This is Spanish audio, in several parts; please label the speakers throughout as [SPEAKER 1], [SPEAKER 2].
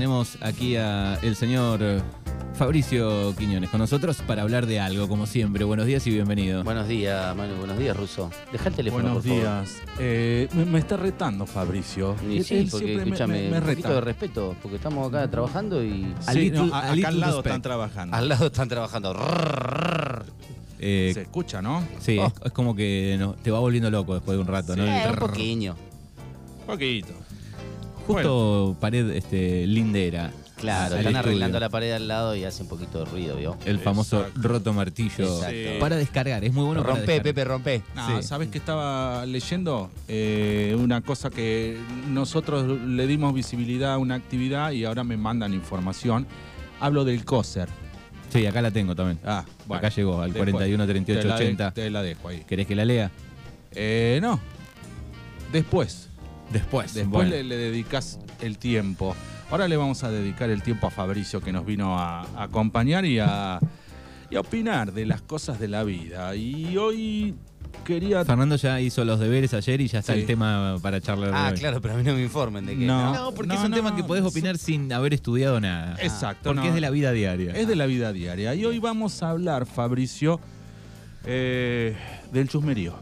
[SPEAKER 1] tenemos aquí a el señor Fabricio Quiñones con nosotros para hablar de algo, como siempre. Buenos días y bienvenido.
[SPEAKER 2] Buenos días, Manu. Buenos días, Ruso. Deja el teléfono,
[SPEAKER 3] Buenos
[SPEAKER 2] por favor.
[SPEAKER 3] días. Eh, me, me está retando Fabricio.
[SPEAKER 2] Y
[SPEAKER 3] Él-
[SPEAKER 2] sí,
[SPEAKER 3] él
[SPEAKER 2] porque
[SPEAKER 3] siempre me-
[SPEAKER 2] escúchame,
[SPEAKER 3] me, me
[SPEAKER 2] un poquito de
[SPEAKER 3] reta.
[SPEAKER 2] respeto, porque estamos acá trabajando y
[SPEAKER 1] A
[SPEAKER 3] Sí,
[SPEAKER 1] little-
[SPEAKER 3] no, a-
[SPEAKER 1] a
[SPEAKER 3] acá
[SPEAKER 1] little
[SPEAKER 3] al lado
[SPEAKER 1] respect.
[SPEAKER 3] están trabajando.
[SPEAKER 2] al lado están trabajando. Rrrr.
[SPEAKER 1] Eh,
[SPEAKER 3] Se escucha, ¿no?
[SPEAKER 1] sí,
[SPEAKER 2] Oh.
[SPEAKER 1] es, es como que no- te va volviendo loco después de un rato, ¿no?
[SPEAKER 2] Eh,
[SPEAKER 1] El
[SPEAKER 2] un
[SPEAKER 1] trrr.
[SPEAKER 2] poquillo.
[SPEAKER 3] Poquito.
[SPEAKER 1] Justo pared este, lindera.
[SPEAKER 2] Claro,
[SPEAKER 1] Al
[SPEAKER 2] están
[SPEAKER 1] estudio.
[SPEAKER 2] arreglando la pared al lado y hace un poquito de ruido, ¿vio?
[SPEAKER 1] El famoso
[SPEAKER 3] Exacto.
[SPEAKER 1] roto martillo.
[SPEAKER 2] Exacto.
[SPEAKER 1] Para descargar, es muy bueno. para
[SPEAKER 2] rompe,
[SPEAKER 1] descargar.
[SPEAKER 2] Pepe, rompe.
[SPEAKER 3] No,
[SPEAKER 1] Sí.
[SPEAKER 3] ¿Sabes que estaba leyendo? Eh, una cosa que nosotros le dimos visibilidad a una actividad y ahora me mandan información. Hablo del COSER.
[SPEAKER 1] Sí, acá la tengo también.
[SPEAKER 3] Ah, bueno.
[SPEAKER 1] acá llegó, al
[SPEAKER 3] Después.
[SPEAKER 1] 41 38
[SPEAKER 3] Te la de-
[SPEAKER 1] 80.
[SPEAKER 3] Te la dejo ahí.
[SPEAKER 1] ¿Querés que la lea?
[SPEAKER 3] Eh, no. Después.
[SPEAKER 1] Después.
[SPEAKER 3] Después
[SPEAKER 1] Bueno.
[SPEAKER 3] le, le dedicas el tiempo. Ahora le vamos a dedicar el tiempo a Fabricio que nos vino a, a acompañar y a, y a opinar de las cosas de la vida. Y hoy quería...
[SPEAKER 1] Fernando ya hizo los deberes ayer y ya está
[SPEAKER 3] Sí.
[SPEAKER 1] el tema para charlar. de
[SPEAKER 2] Ah,
[SPEAKER 1] hoy.
[SPEAKER 2] claro, pero a mí no me informen de que.
[SPEAKER 3] No.
[SPEAKER 1] No, porque
[SPEAKER 3] No,
[SPEAKER 1] es un
[SPEAKER 3] no,
[SPEAKER 1] tema que
[SPEAKER 3] no,
[SPEAKER 1] podés
[SPEAKER 3] es-
[SPEAKER 1] opinar sin haber estudiado nada.
[SPEAKER 3] Exacto.
[SPEAKER 1] Porque
[SPEAKER 3] no.
[SPEAKER 1] es de la vida diaria.
[SPEAKER 3] Es de la vida diaria. Y hoy vamos a hablar, Fabricio, eh, del chusmerío.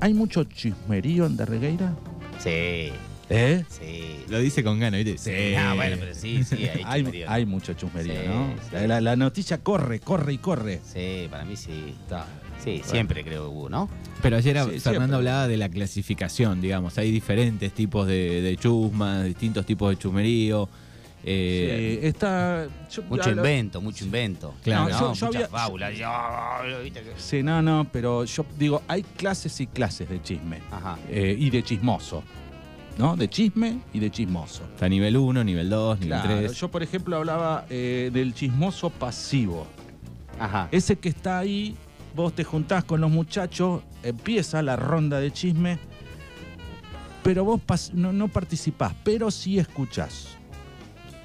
[SPEAKER 3] ¿Hay mucho chismerío en Darregueira?
[SPEAKER 2] Sí,
[SPEAKER 3] ¿Eh?
[SPEAKER 2] sí.
[SPEAKER 1] Lo dice con ganas, ¿viste?
[SPEAKER 2] Ah, bueno, pero sí, sí, ahí
[SPEAKER 3] Hay, hay mucho chusmerío,
[SPEAKER 2] Sí,
[SPEAKER 3] ¿no?
[SPEAKER 2] sí.
[SPEAKER 3] La, la- la noticia corre, corre y corre.
[SPEAKER 2] Sí, para mí sí.
[SPEAKER 3] Está.
[SPEAKER 2] Sí, siempre creo que hubo, ¿no?
[SPEAKER 1] Pero ayer
[SPEAKER 3] Sí,
[SPEAKER 1] Fernando
[SPEAKER 3] siempre.
[SPEAKER 1] hablaba de la clasificación, digamos. Hay diferentes tipos de, de chusmas, distintos tipos de chumerío. Eh,
[SPEAKER 3] Sí, está... yo-
[SPEAKER 2] Mucho
[SPEAKER 3] hablo-
[SPEAKER 2] invento, mucho invento.
[SPEAKER 1] Claro.
[SPEAKER 2] no,
[SPEAKER 3] No, yo- yo
[SPEAKER 2] muchas
[SPEAKER 3] había-
[SPEAKER 2] fábulas. Yo- ¿viste que-
[SPEAKER 3] Sí, no, no, pero yo digo, hay clases y clases de chisme.
[SPEAKER 2] Ajá.
[SPEAKER 3] eh, y de chismoso. ¿No? De chisme y de chismoso.
[SPEAKER 1] Está nivel 1, nivel 2, nivel
[SPEAKER 3] Claro,
[SPEAKER 1] 3.
[SPEAKER 3] yo por ejemplo hablaba eh, del chismoso pasivo.
[SPEAKER 2] Ajá.
[SPEAKER 3] Ese que está ahí, vos te juntás con los muchachos, empieza la ronda de chisme, pero vos pas- no, no participás, pero sí escuchás.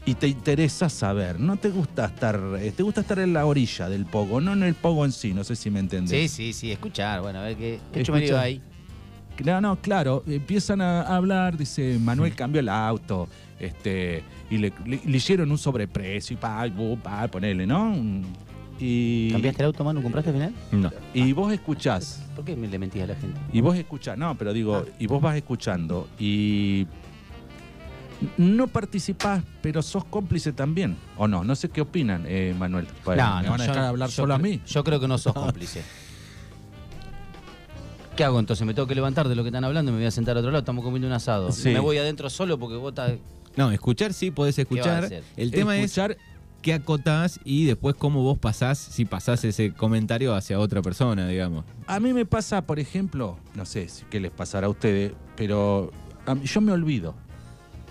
[SPEAKER 3] Y te interesa saber, no te gusta estar, eh, te gusta estar en la orilla del pogo, no en el pogo en sí, no sé si me entendés.
[SPEAKER 2] Sí, sí, sí, escuchar, bueno, a ver qué, qué
[SPEAKER 3] Escucha.
[SPEAKER 2] chumerío hay.
[SPEAKER 3] No, no, claro, empiezan a a hablar, dice, Manuel cambió el auto, este, y le, le- le hicieron un sobreprecio, y pa, y bu, pa, ponele, ¿no? Un- Y,
[SPEAKER 2] ¿Cambiaste el auto, Manu? ¿Compraste al final?
[SPEAKER 1] No.
[SPEAKER 2] Ah.
[SPEAKER 3] y vos escuchás,
[SPEAKER 2] ¿Por qué me le mentís a la gente?
[SPEAKER 3] y vos escuchás, no, pero digo,
[SPEAKER 2] Ah.
[SPEAKER 3] y vos vas escuchando, y no participás, pero sos cómplice también, o no, no sé qué opinan, eh, Manuel. Bueno, ¿Me van a dejar hablar
[SPEAKER 2] yo
[SPEAKER 3] solo a
[SPEAKER 2] cre-
[SPEAKER 3] mí?
[SPEAKER 2] Yo creo que no sos cómplice. ¿Qué hago entonces? ¿Me tengo que levantar de lo que están hablando? ¿Me voy a sentar a otro lado? Estamos comiendo un asado.
[SPEAKER 3] Sí.
[SPEAKER 2] ¿Me voy adentro solo porque vos estás...?
[SPEAKER 1] No, escuchar sí podés
[SPEAKER 2] vas a
[SPEAKER 1] escuchar.
[SPEAKER 2] hacer?
[SPEAKER 1] El tema es
[SPEAKER 3] Escuchar,
[SPEAKER 1] qué acotás y después cómo vos pasás, si pasás ese comentario hacia otra persona, digamos.
[SPEAKER 3] A mí me pasa, por ejemplo, no sé si- qué les pasará a ustedes, pero a mí- yo me olvido.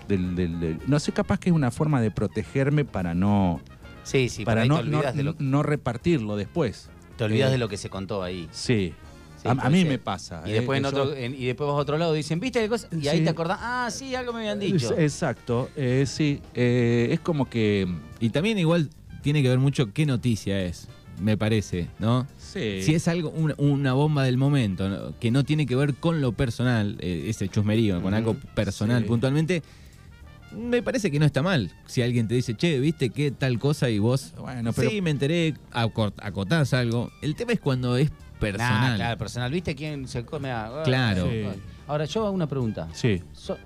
[SPEAKER 3] Del, del- del- no sé, capaz que es una forma de protegerme para no,
[SPEAKER 2] Sí, sí,
[SPEAKER 3] para
[SPEAKER 2] por ahí
[SPEAKER 3] no,
[SPEAKER 2] te olvidas,
[SPEAKER 3] no-
[SPEAKER 2] de, lo,
[SPEAKER 3] no repartirlo después.
[SPEAKER 2] te olvidás
[SPEAKER 3] eh,
[SPEAKER 2] de lo que se contó ahí.
[SPEAKER 3] Sí,
[SPEAKER 2] Sí,
[SPEAKER 3] a, a
[SPEAKER 2] puede
[SPEAKER 3] mí
[SPEAKER 2] ser.
[SPEAKER 3] me pasa.
[SPEAKER 2] Y
[SPEAKER 3] eh,
[SPEAKER 2] después, en
[SPEAKER 3] que
[SPEAKER 2] otro,
[SPEAKER 3] yo-
[SPEAKER 2] en- y después vas a otro lado y dicen, ¿viste qué cosa? Y ahí
[SPEAKER 3] Sí.
[SPEAKER 2] te acordás, ah, sí, algo me habían dicho.
[SPEAKER 3] Es- Exacto, eh, sí, eh, es como que...
[SPEAKER 1] Y también igual tiene que ver mucho qué noticia es, me parece, ¿no?
[SPEAKER 3] Sí,
[SPEAKER 1] Si es algo, una, una bomba del momento, ¿no? que no tiene que ver con lo personal, eh, ese chusmerío, con
[SPEAKER 2] Ujú,
[SPEAKER 1] algo personal
[SPEAKER 3] sí.
[SPEAKER 1] puntualmente, me parece que no está mal. Si alguien te dice, che, viste qué tal cosa y vos,
[SPEAKER 3] Bueno, pero-
[SPEAKER 1] sí, me enteré, acor- acotás algo. El tema es cuando es personal.
[SPEAKER 2] Nah, Ah, claro, personal. ¿Viste quién se come a...?
[SPEAKER 1] Claro.
[SPEAKER 3] Sí.
[SPEAKER 2] Ahora, yo hago una pregunta.
[SPEAKER 3] sí.
[SPEAKER 2] So-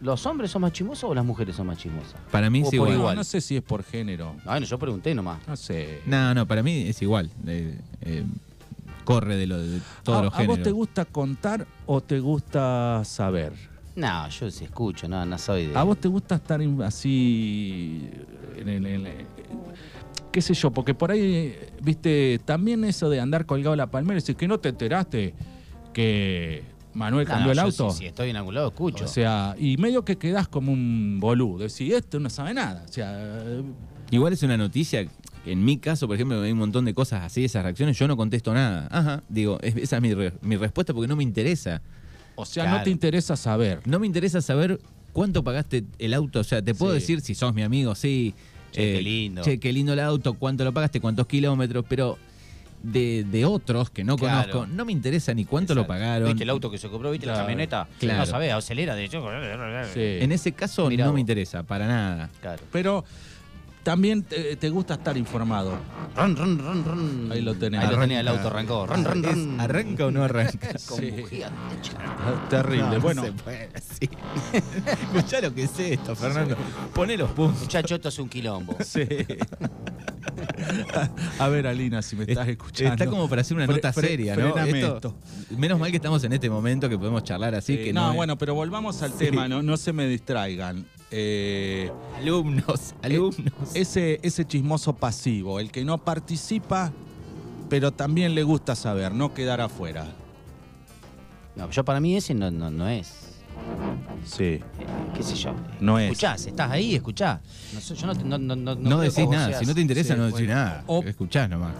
[SPEAKER 2] ¿Los hombres son más chismosos o las mujeres son más chismosas?
[SPEAKER 1] Para mí
[SPEAKER 2] O
[SPEAKER 1] es
[SPEAKER 2] por
[SPEAKER 1] igual.
[SPEAKER 3] No, no sé si es por género,
[SPEAKER 2] Bueno, yo pregunté nomás.
[SPEAKER 3] no sé.
[SPEAKER 1] No, no, para mí es igual. Eh, eh, corre de, lo, de todos
[SPEAKER 3] ¿A-
[SPEAKER 1] los
[SPEAKER 3] Ah, ¿A vos te
[SPEAKER 1] géneros.
[SPEAKER 3] gusta contar o te gusta saber?
[SPEAKER 2] No, yo sí escucho, no, no soy de.
[SPEAKER 3] ¿A vos te gusta estar en- así, en el- en el- qué sé yo? Porque por ahí, viste, también eso de andar colgado a la palmera, decir que no te enteraste que Manuel
[SPEAKER 2] No,
[SPEAKER 3] cambió
[SPEAKER 2] no,
[SPEAKER 3] el
[SPEAKER 2] yo
[SPEAKER 3] auto.
[SPEAKER 2] Si, si estoy en algún lado, escucho.
[SPEAKER 3] O sea, y medio que quedás como un boludo, decís, este no sabe nada. O sea,
[SPEAKER 1] Igual es una noticia. que En mi caso, por ejemplo, hay un montón de cosas así, esas reacciones, yo no contesto nada. Ajá, digo, es- esa es mi, re- mi respuesta porque no me interesa.
[SPEAKER 3] o sea
[SPEAKER 2] Claro.
[SPEAKER 3] no te interesa saber.
[SPEAKER 1] No me interesa saber cuánto pagaste el auto. O sea, te puedo
[SPEAKER 3] Sí.
[SPEAKER 1] decir si sos mi amigo, sí. Eh,
[SPEAKER 2] Che, qué lindo.
[SPEAKER 1] Che, qué lindo el auto, cuánto lo pagaste, cuántos kilómetros, pero de, de otros que no
[SPEAKER 2] Claro.
[SPEAKER 1] conozco, no me interesa ni cuánto lo
[SPEAKER 2] Exacto.
[SPEAKER 1] pagaron.
[SPEAKER 2] ¿Viste el auto que se compró? ¿Viste
[SPEAKER 3] Claro.
[SPEAKER 2] la camioneta?
[SPEAKER 1] Claro.
[SPEAKER 2] No sabés, acelera de hecho.
[SPEAKER 3] Sí.
[SPEAKER 1] Eh, En ese caso
[SPEAKER 2] Mirá
[SPEAKER 1] no
[SPEAKER 2] vos.
[SPEAKER 1] me interesa, para nada.
[SPEAKER 2] Claro.
[SPEAKER 3] Pero también te, te gusta estar informado.
[SPEAKER 2] Ron, ron, ron, ron.
[SPEAKER 3] Ahí lo tenés.
[SPEAKER 2] Ahí lo tenés, el
[SPEAKER 3] Arranca.
[SPEAKER 2] auto arrancó. Ron, ron, ron.
[SPEAKER 1] ¿Arranca o no arranca?
[SPEAKER 2] Con
[SPEAKER 3] Sí.
[SPEAKER 2] bujía.
[SPEAKER 1] Ah,
[SPEAKER 3] Terrible.
[SPEAKER 1] No, no
[SPEAKER 3] bueno,
[SPEAKER 1] se puede, sí. Escuchá lo que es esto, Fernando. Poné los puntos.
[SPEAKER 2] Muchacho, esto es un quilombo.
[SPEAKER 3] Sí. A ver, Alina, si me estás escuchando.
[SPEAKER 1] Está como para hacer una
[SPEAKER 3] Fre-
[SPEAKER 1] nota
[SPEAKER 3] fre-
[SPEAKER 1] seria, ¿no?
[SPEAKER 3] frename
[SPEAKER 1] Esto-
[SPEAKER 3] esto.
[SPEAKER 1] Menos mal que estamos en este momento que podemos charlar así.
[SPEAKER 3] Eh,
[SPEAKER 1] que
[SPEAKER 3] no,
[SPEAKER 1] es-
[SPEAKER 3] bueno, pero volvamos al tema, no, no se me distraigan. Eh,
[SPEAKER 1] Alumnos, alumnos.
[SPEAKER 3] ese, ese chismoso pasivo, el que no participa, pero también le gusta saber, no quedar afuera.
[SPEAKER 2] No, yo para mí ese no, no, no es.
[SPEAKER 3] Sí.
[SPEAKER 2] Eh, ¿Qué sé yo?
[SPEAKER 3] No es.
[SPEAKER 2] Escuchás, estás ahí, escuchás. No sé, yo no, te- no, no, no,
[SPEAKER 1] no
[SPEAKER 2] creo que
[SPEAKER 1] decís
[SPEAKER 2] vos
[SPEAKER 1] nada.
[SPEAKER 2] seas-
[SPEAKER 1] Si no te interesa,
[SPEAKER 3] sí,
[SPEAKER 1] no decís
[SPEAKER 3] bueno.
[SPEAKER 1] nada.
[SPEAKER 3] O-
[SPEAKER 1] Escuchás nomás.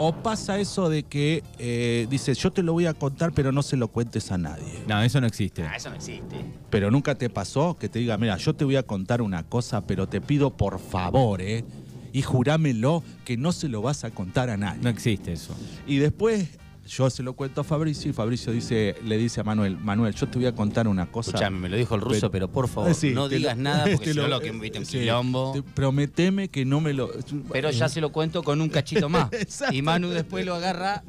[SPEAKER 3] O pasa eso de que eh, dice, yo te lo voy a contar, pero no se lo cuentes a nadie.
[SPEAKER 1] No, eso no existe.
[SPEAKER 2] Ah, eso no existe.
[SPEAKER 3] Pero nunca te pasó que te diga, mira, yo te voy a contar una cosa, pero te pido por favor, ¿eh? Y jurámelo que no se lo vas a contar a nadie.
[SPEAKER 1] No existe eso.
[SPEAKER 3] Y después yo se lo cuento a Fabricio y Fabricio dice, le dice a Manuel, Manuel, yo te voy a contar una cosa.
[SPEAKER 2] Escuchame, me lo dijo el ruso, pero, por favor,
[SPEAKER 3] Eh, sí,
[SPEAKER 2] no
[SPEAKER 3] te
[SPEAKER 2] digas
[SPEAKER 3] lo-
[SPEAKER 2] nada porque
[SPEAKER 3] te
[SPEAKER 2] si no lo que viste un
[SPEAKER 3] sí,
[SPEAKER 2] quilombo.
[SPEAKER 3] te- prometeme que no me lo...
[SPEAKER 2] Pero ya se lo cuento con un cachito más.
[SPEAKER 3] Exacto.
[SPEAKER 2] y Manu después lo agarra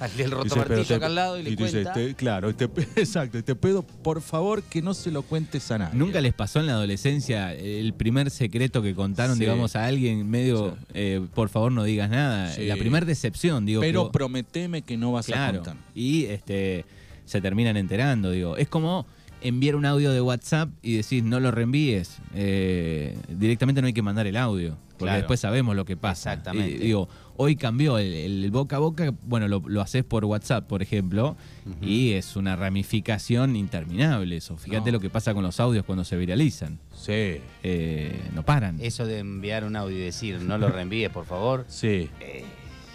[SPEAKER 2] al el
[SPEAKER 3] Dice,
[SPEAKER 2] roto
[SPEAKER 3] pero te-
[SPEAKER 2] martillo acá al lado y le
[SPEAKER 3] dice, "Este-".
[SPEAKER 2] cuenta.
[SPEAKER 3] te- claro, te- exacto, y te pido por favor que no se lo cuentes a nadie.
[SPEAKER 1] ¿Nunca les pasó en la adolescencia el primer secreto que contaron,
[SPEAKER 3] Sí.
[SPEAKER 1] digamos, a alguien medio, eh, por favor no digas nada?
[SPEAKER 3] Sí.
[SPEAKER 1] La primera decepción, digo. que
[SPEAKER 3] Pero
[SPEAKER 1] vos-
[SPEAKER 3] prometeme que no vas a
[SPEAKER 1] Claro.
[SPEAKER 3] contar.
[SPEAKER 1] Y este, se terminan enterando, digo. Es como enviar un audio de WhatsApp y decís no lo reenvíes. Eh, directamente no hay que mandar el audio. Porque
[SPEAKER 2] Claro.
[SPEAKER 1] después sabemos lo que pasa.
[SPEAKER 2] Exactamente.
[SPEAKER 1] Y, digo, hoy cambió el, el boca a boca, bueno, lo, lo haces por WhatsApp, por ejemplo, y es una ramificación interminable eso. Fíjate
[SPEAKER 3] No.
[SPEAKER 1] lo que pasa con los audios cuando se viralizan.
[SPEAKER 3] Sí,
[SPEAKER 1] Eh, no paran.
[SPEAKER 2] Eso de enviar un audio y decir, no lo reenvíes, por favor.
[SPEAKER 3] sí.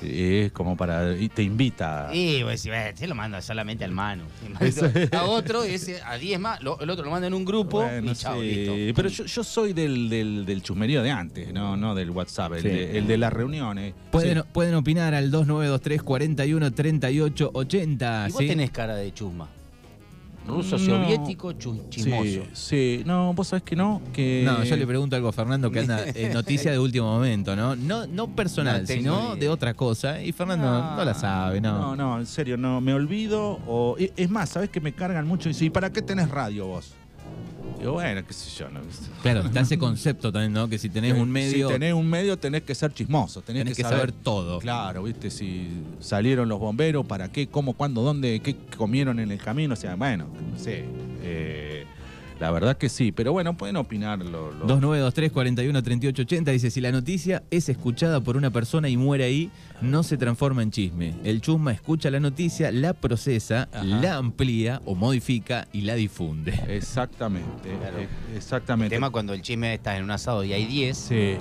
[SPEAKER 3] Es como para... Y te invita.
[SPEAKER 2] Eh. Y vos decís, "Eh, se lo manda solamente al Manu. Y mando A otro, ese a 10 más, lo- el otro lo manda en un grupo
[SPEAKER 3] Bueno,
[SPEAKER 2] y chao,
[SPEAKER 3] sí,
[SPEAKER 2] listo.
[SPEAKER 3] Pero yo, yo soy del, del, del chusmerío de antes, no, no del WhatsApp, el,
[SPEAKER 1] Sí.
[SPEAKER 3] de, el de las reuniones.
[SPEAKER 1] Pueden,
[SPEAKER 3] Sí.
[SPEAKER 1] pueden opinar al 2923 41 38 80.
[SPEAKER 3] Ah,
[SPEAKER 2] y vos
[SPEAKER 1] ¿sí?
[SPEAKER 2] tenés cara de chusma. Ruso,
[SPEAKER 3] No.
[SPEAKER 2] soviético, chu- chismoso.
[SPEAKER 3] Sí, sí. no, vos sabés que no, que...
[SPEAKER 1] No, yo le pregunto algo a Fernando que anda en noticia de último momento, ¿no? No, no personal,
[SPEAKER 2] No tengo
[SPEAKER 1] sino
[SPEAKER 2] idea.
[SPEAKER 1] de otra cosa. Y Fernando no,
[SPEAKER 2] No.
[SPEAKER 1] la sabe,
[SPEAKER 3] No,
[SPEAKER 1] ¿no?
[SPEAKER 3] no, en serio, no, me olvido o... e- Es más, sabés que me cargan mucho y dicen, ¿y para qué tenés radio vos? Digo, bueno, qué sé yo, no...
[SPEAKER 1] Claro, está ese concepto también, ¿no? Que si tenés un medio, tenés,
[SPEAKER 3] Si tenés un medio tenés que ser chismoso, tenés,
[SPEAKER 1] que, saber, todo.
[SPEAKER 3] Claro, viste, si salieron los bomberos, para qué, cómo, cuándo, dónde, qué comieron en el camino, o sea, bueno, no sé. eh, la verdad que sí, pero bueno, pueden opinar lo- lo-
[SPEAKER 1] 2923 41 38 80 dice, si la noticia es escuchada por una persona y muere ahí, no se transforma en chisme. El chusma escucha la noticia, la procesa,
[SPEAKER 3] Ajá.
[SPEAKER 1] la amplía o modifica y la difunde.
[SPEAKER 3] Exactamente,
[SPEAKER 2] Claro.
[SPEAKER 3] eh,
[SPEAKER 2] El
[SPEAKER 3] exactamente.
[SPEAKER 2] tema cuando el chisme está en un asado y hay 10
[SPEAKER 3] Sí,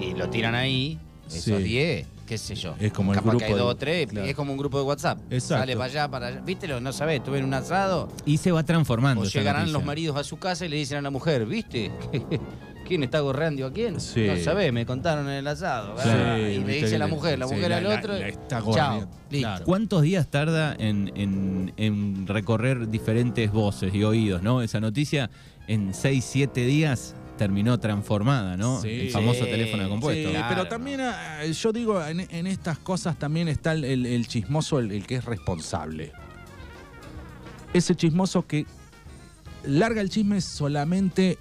[SPEAKER 2] y lo tiran ahí, esos
[SPEAKER 3] Sí.
[SPEAKER 2] 10, qué sé yo.
[SPEAKER 3] Es como el
[SPEAKER 2] Capaz
[SPEAKER 3] grupo
[SPEAKER 2] que hay
[SPEAKER 3] de-
[SPEAKER 2] dos o tres,
[SPEAKER 3] claro.
[SPEAKER 2] es como un grupo de WhatsApp.
[SPEAKER 3] Exacto.
[SPEAKER 2] Sale para allá, para allá. Vítelo, no sabés, estuve en un asado.
[SPEAKER 1] Y se va transformando.
[SPEAKER 2] O
[SPEAKER 1] esa
[SPEAKER 2] llegarán
[SPEAKER 1] noticia.
[SPEAKER 2] los maridos a su casa y le dicen a la mujer, ¿viste? ¿Quién está gorreando a quién?
[SPEAKER 3] Sí.
[SPEAKER 2] No sabés, me contaron en el asado.
[SPEAKER 3] Sí,
[SPEAKER 2] ¿verdad? y le
[SPEAKER 3] viste
[SPEAKER 2] dice a la
[SPEAKER 3] que-
[SPEAKER 2] mujer, la
[SPEAKER 3] sí,
[SPEAKER 2] mujer
[SPEAKER 3] la-
[SPEAKER 2] al
[SPEAKER 3] la-
[SPEAKER 2] otro.
[SPEAKER 3] la está
[SPEAKER 2] chao,
[SPEAKER 3] gorreando.
[SPEAKER 2] listo.
[SPEAKER 3] Claro.
[SPEAKER 1] ¿Cuántos días tarda en, en- en recorrer diferentes voces y oídos, no? Esa noticia en 6, 7 días terminó transformada, ¿no?
[SPEAKER 3] Sí.
[SPEAKER 1] El famoso
[SPEAKER 2] Sí,
[SPEAKER 1] teléfono
[SPEAKER 3] Sí,
[SPEAKER 1] compuesto.
[SPEAKER 2] Claro,
[SPEAKER 3] pero
[SPEAKER 2] ¿no?
[SPEAKER 3] también ah, yo digo, en, en estas cosas también está el, el- el chismoso, el, el que es responsable. Ese chismoso que larga el chisme solamente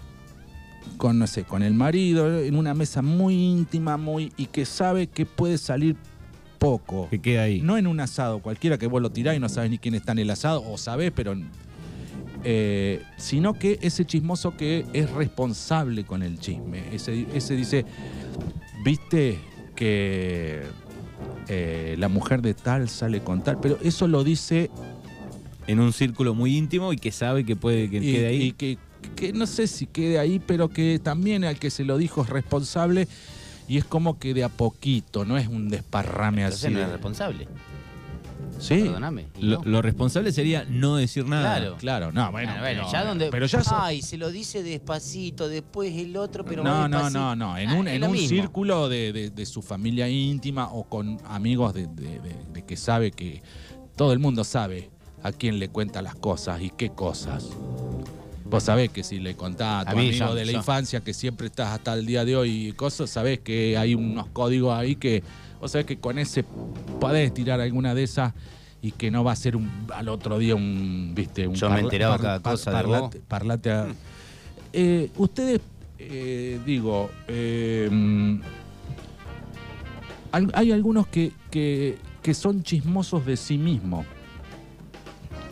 [SPEAKER 3] con, no sé, con el marido, en una mesa muy íntima, muy. y que sabe que puede salir poco.
[SPEAKER 1] Que queda ahí.
[SPEAKER 3] No en un asado cualquiera que vos lo tirás y no sabes ni quién está en el asado, o sabés, pero. eh, sino que ese chismoso que es responsable con el chisme. Ese, ese dice: Viste que eh, la mujer de tal sale con tal, pero eso lo dice
[SPEAKER 1] En un círculo muy íntimo y que sabe que puede que
[SPEAKER 3] y,
[SPEAKER 1] quede ahí.
[SPEAKER 3] y que, que no sé si quede ahí, pero que también al que se lo dijo es responsable. Y es como que de a poquito, no es un desparrame
[SPEAKER 2] Entonces
[SPEAKER 3] así.
[SPEAKER 2] no
[SPEAKER 3] de-
[SPEAKER 2] es responsable.
[SPEAKER 3] Sí.
[SPEAKER 2] Perdóname. y
[SPEAKER 1] Lo,
[SPEAKER 2] no.
[SPEAKER 1] lo responsable sería no decir nada.
[SPEAKER 2] Claro.
[SPEAKER 3] Claro, no, bueno.
[SPEAKER 2] Bueno, bueno,
[SPEAKER 3] no,
[SPEAKER 2] ya donde.
[SPEAKER 3] Pero ya so-
[SPEAKER 2] Ay, se lo dice despacito, después el otro, pero
[SPEAKER 3] no,
[SPEAKER 2] más
[SPEAKER 3] no,
[SPEAKER 2] despacito.
[SPEAKER 3] no, no. En
[SPEAKER 2] Ah,
[SPEAKER 3] un,
[SPEAKER 2] es
[SPEAKER 3] en
[SPEAKER 2] lo
[SPEAKER 3] un
[SPEAKER 2] mismo.
[SPEAKER 3] círculo de, de- de su familia íntima o con amigos de, de- de- de que sabe que todo el mundo sabe a quién le cuenta las cosas y qué cosas. Vos sabés que si le contás a
[SPEAKER 2] A
[SPEAKER 3] tu
[SPEAKER 2] mí,
[SPEAKER 3] amigo
[SPEAKER 2] yo-
[SPEAKER 3] de la
[SPEAKER 2] yo-
[SPEAKER 3] infancia que siempre estás hasta el día de hoy y cosas, sabés que hay unos códigos ahí que vos sabés que con ese podés tirar alguna de esas y que no va a ser un, al otro día un, viste, un
[SPEAKER 2] Yo me he enterado cada cosa de
[SPEAKER 3] parlate,
[SPEAKER 2] vos. Mm.
[SPEAKER 3] parlate a- Eh, ustedes, eh, digo, eh, mm, al- hay algunos que, que- que son chismosos de sí mismos.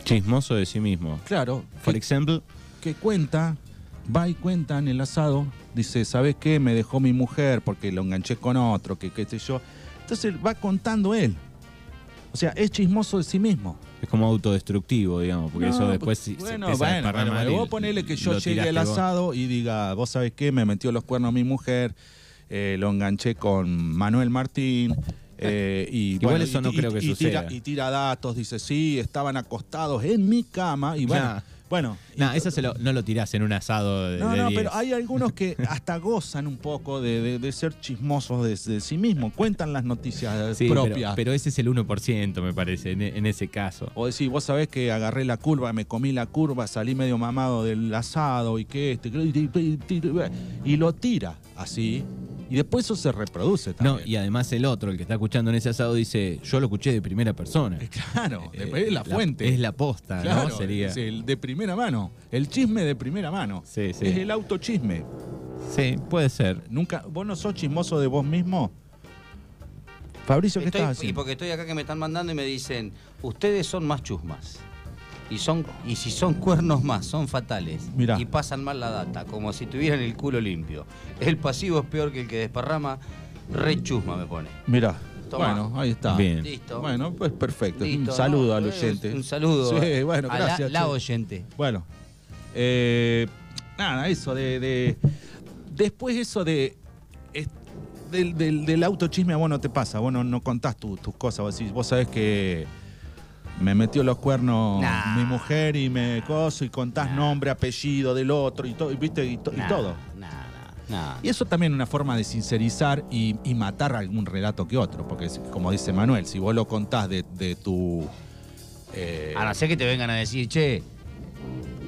[SPEAKER 1] Chismoso de sí mismo.
[SPEAKER 3] Claro,
[SPEAKER 1] Por
[SPEAKER 3] que,
[SPEAKER 1] ejemplo,
[SPEAKER 3] que cuenta, va y cuenta en el asado, dice, ¿sabes qué? Me dejó mi mujer porque lo enganché con otro, que qué sé yo. Entonces va contando él. O sea, es chismoso de sí mismo.
[SPEAKER 1] es como autodestructivo, digamos, porque
[SPEAKER 3] No, pues,
[SPEAKER 1] eso después si- se
[SPEAKER 3] Bueno,
[SPEAKER 1] empieza a
[SPEAKER 3] bueno, bueno,
[SPEAKER 1] desparramar y
[SPEAKER 3] vos ponele que yo
[SPEAKER 1] lo
[SPEAKER 3] llegue
[SPEAKER 1] tiraste
[SPEAKER 3] al
[SPEAKER 1] vos.
[SPEAKER 3] asado y diga, vos sabés qué, me metió los cuernos mi mujer, eh, lo enganché con Manuel Martín. eh, y
[SPEAKER 1] Igual
[SPEAKER 3] bueno,
[SPEAKER 1] eso
[SPEAKER 3] y-
[SPEAKER 1] no
[SPEAKER 3] y-
[SPEAKER 1] creo que
[SPEAKER 3] y tira-
[SPEAKER 1] suceda.
[SPEAKER 3] y tira datos, dice, sí, estaban acostados en mi cama y bueno,
[SPEAKER 1] Nah.
[SPEAKER 3] bueno.
[SPEAKER 1] Nah,
[SPEAKER 3] y-
[SPEAKER 1] eso se lo- no lo tirás en un asado de,
[SPEAKER 3] no,
[SPEAKER 1] de
[SPEAKER 3] no,
[SPEAKER 1] 10.
[SPEAKER 3] pero hay algunos que hasta gozan un poco de, de- de ser chismosos de, de sí mismos, cuentan las noticias
[SPEAKER 1] Sí, pero-
[SPEAKER 3] propias.
[SPEAKER 1] Pero, ese es el 1%, me parece, en, en ese caso.
[SPEAKER 3] O decís, vos sabés que agarré la curva, me comí la curva, salí medio mamado del asado y que este. que- y- y- y- Y lo tira así. Y después eso se reproduce
[SPEAKER 1] No,
[SPEAKER 3] también.
[SPEAKER 1] y además el otro, el que está escuchando en ese asado, dice, yo lo escuché de primera persona.
[SPEAKER 3] Claro,
[SPEAKER 1] Eh,
[SPEAKER 3] después es la fuente.
[SPEAKER 1] Es la posta,
[SPEAKER 3] Claro,
[SPEAKER 1] ¿no? Sería.
[SPEAKER 3] es el de primera mano. El chisme de primera mano.
[SPEAKER 1] Sí, sí.
[SPEAKER 3] Es el autochisme.
[SPEAKER 1] Sí, puede ser.
[SPEAKER 3] Nunca, ¿Vos no sos chismoso de vos mismo? Fabricio, ¿qué
[SPEAKER 2] Estoy-
[SPEAKER 3] estás
[SPEAKER 2] y
[SPEAKER 3] haciendo?
[SPEAKER 2] porque estoy acá que me están mandando y me dicen, ustedes son más chusmas. Y, son, y si son cuernos más, son fatales.
[SPEAKER 3] Mirá.
[SPEAKER 2] Y pasan mal la data, como si tuvieran el culo limpio. El pasivo es peor que el que desparrama. Re chusma me pone.
[SPEAKER 3] Mirá.
[SPEAKER 2] Tomá.
[SPEAKER 3] Bueno, ahí está.
[SPEAKER 1] Bien.
[SPEAKER 2] Listo.
[SPEAKER 3] Bueno, pues perfecto.
[SPEAKER 2] Listo,
[SPEAKER 3] un saludo
[SPEAKER 2] ¿no?
[SPEAKER 3] al
[SPEAKER 2] Eh,
[SPEAKER 3] oyente.
[SPEAKER 2] Un saludo.
[SPEAKER 3] Sí, bueno,
[SPEAKER 2] a la-
[SPEAKER 3] gracias.
[SPEAKER 2] La,
[SPEAKER 3] che.
[SPEAKER 2] oyente.
[SPEAKER 3] Bueno, eh, nada, eso de, de- Después eso de. es- del, del, del autochisme a vos no te pasa, vos no, no contás tu- tus cosas, vos decís, vos sabés que me metió los cuernos
[SPEAKER 2] Nah.
[SPEAKER 3] mi mujer y me coso y contás
[SPEAKER 2] Nah.
[SPEAKER 3] nombre, apellido del otro y todo, y viste, y, to- y
[SPEAKER 2] Nah,
[SPEAKER 3] todo.
[SPEAKER 2] nah, nah, nah.
[SPEAKER 3] Y eso también es una forma de sincerizar y, y matar algún relato que otro, porque si- como dice Manuel, si vos lo contás de, de tu... eh,
[SPEAKER 2] A Ah, no ser que te vengan a decir, che,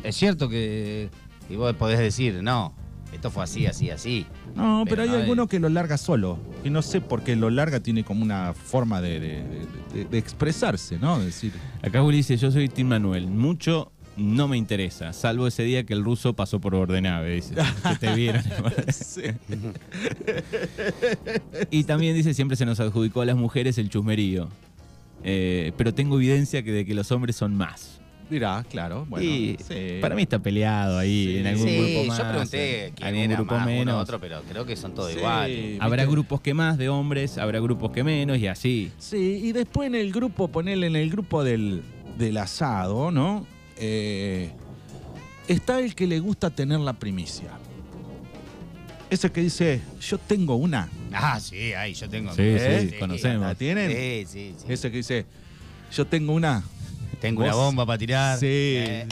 [SPEAKER 2] es cierto que. Y vos podés decir, no, esto fue así, así, así.
[SPEAKER 3] No, pero,
[SPEAKER 2] Pero
[SPEAKER 3] hay
[SPEAKER 2] no
[SPEAKER 3] alguno
[SPEAKER 2] es-
[SPEAKER 3] que lo larga solo. Y no sé por qué lo larga tiene como una forma de, de- de- de expresarse, ¿no? De decir,
[SPEAKER 1] Acá Juli dice, yo soy Tim Manuel. Mucho no me interesa, salvo ese día que el ruso pasó por Bordenave, dice. Que te vieron. y también dice, siempre se nos adjudicó a las mujeres el chusmerío. Eh, pero tengo evidencia que de que los hombres son más.
[SPEAKER 3] mirá, claro, bueno.
[SPEAKER 1] y
[SPEAKER 3] sí.
[SPEAKER 1] para mí está peleado ahí,
[SPEAKER 3] Sí.
[SPEAKER 1] en algún
[SPEAKER 2] sí,
[SPEAKER 1] grupo más.
[SPEAKER 2] yo pregunté
[SPEAKER 1] en
[SPEAKER 2] quién
[SPEAKER 1] algún
[SPEAKER 2] era
[SPEAKER 1] grupo
[SPEAKER 2] más uno
[SPEAKER 1] menos.
[SPEAKER 2] otro, pero creo que son todos
[SPEAKER 3] Sí.
[SPEAKER 2] iguales.
[SPEAKER 1] Habrá
[SPEAKER 3] ¿Viste?
[SPEAKER 1] grupos que más de hombres, habrá grupos que menos y así.
[SPEAKER 3] Sí, y después en el grupo, ponele en el grupo del, del asado, ¿no? Eh, está el que le gusta tener la primicia. Ese que dice, yo tengo una.
[SPEAKER 2] Ah, sí, ahí yo tengo.
[SPEAKER 1] Sí, sí, conocemos.
[SPEAKER 3] ¿La tienen?
[SPEAKER 2] Sí, sí, sí.
[SPEAKER 3] Ese que dice, yo tengo una.
[SPEAKER 2] Tengo
[SPEAKER 3] ¿Vos?
[SPEAKER 2] una bomba para tirar.
[SPEAKER 3] Sí.
[SPEAKER 2] Eh,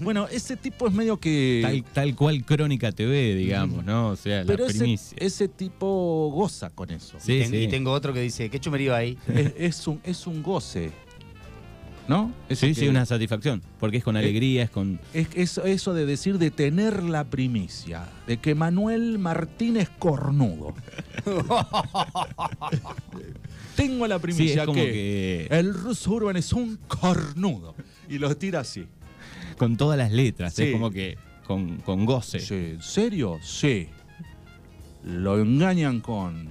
[SPEAKER 3] Bueno, ese tipo es medio que...
[SPEAKER 1] Tal, tal cual Crónica TV, digamos, ¿no? O sea, la
[SPEAKER 3] Pero ese,
[SPEAKER 1] primicia.
[SPEAKER 3] ese tipo goza con eso.
[SPEAKER 1] Sí,
[SPEAKER 2] ten-
[SPEAKER 1] sí.
[SPEAKER 2] Y tengo otro que dice, ¿qué chumerío hay?
[SPEAKER 3] Es, es un, es un goce. ¿No? Ese
[SPEAKER 1] Sí,
[SPEAKER 3] que-
[SPEAKER 1] sí, una satisfacción. Porque es con alegría, es con.
[SPEAKER 3] es- eso, eso de decir de tener la primicia, de que Manuel Martínez cornudo. Tengo la
[SPEAKER 1] Sí,
[SPEAKER 3] primicia
[SPEAKER 1] es como
[SPEAKER 3] que,
[SPEAKER 1] que.
[SPEAKER 3] el ruso Urban es un cornudo. Y lo tira así.
[SPEAKER 1] Con todas las letras.
[SPEAKER 3] Sí.
[SPEAKER 1] Es como que. Con, con goce.
[SPEAKER 3] Sí, ¿En serio? Sí. Lo engañan con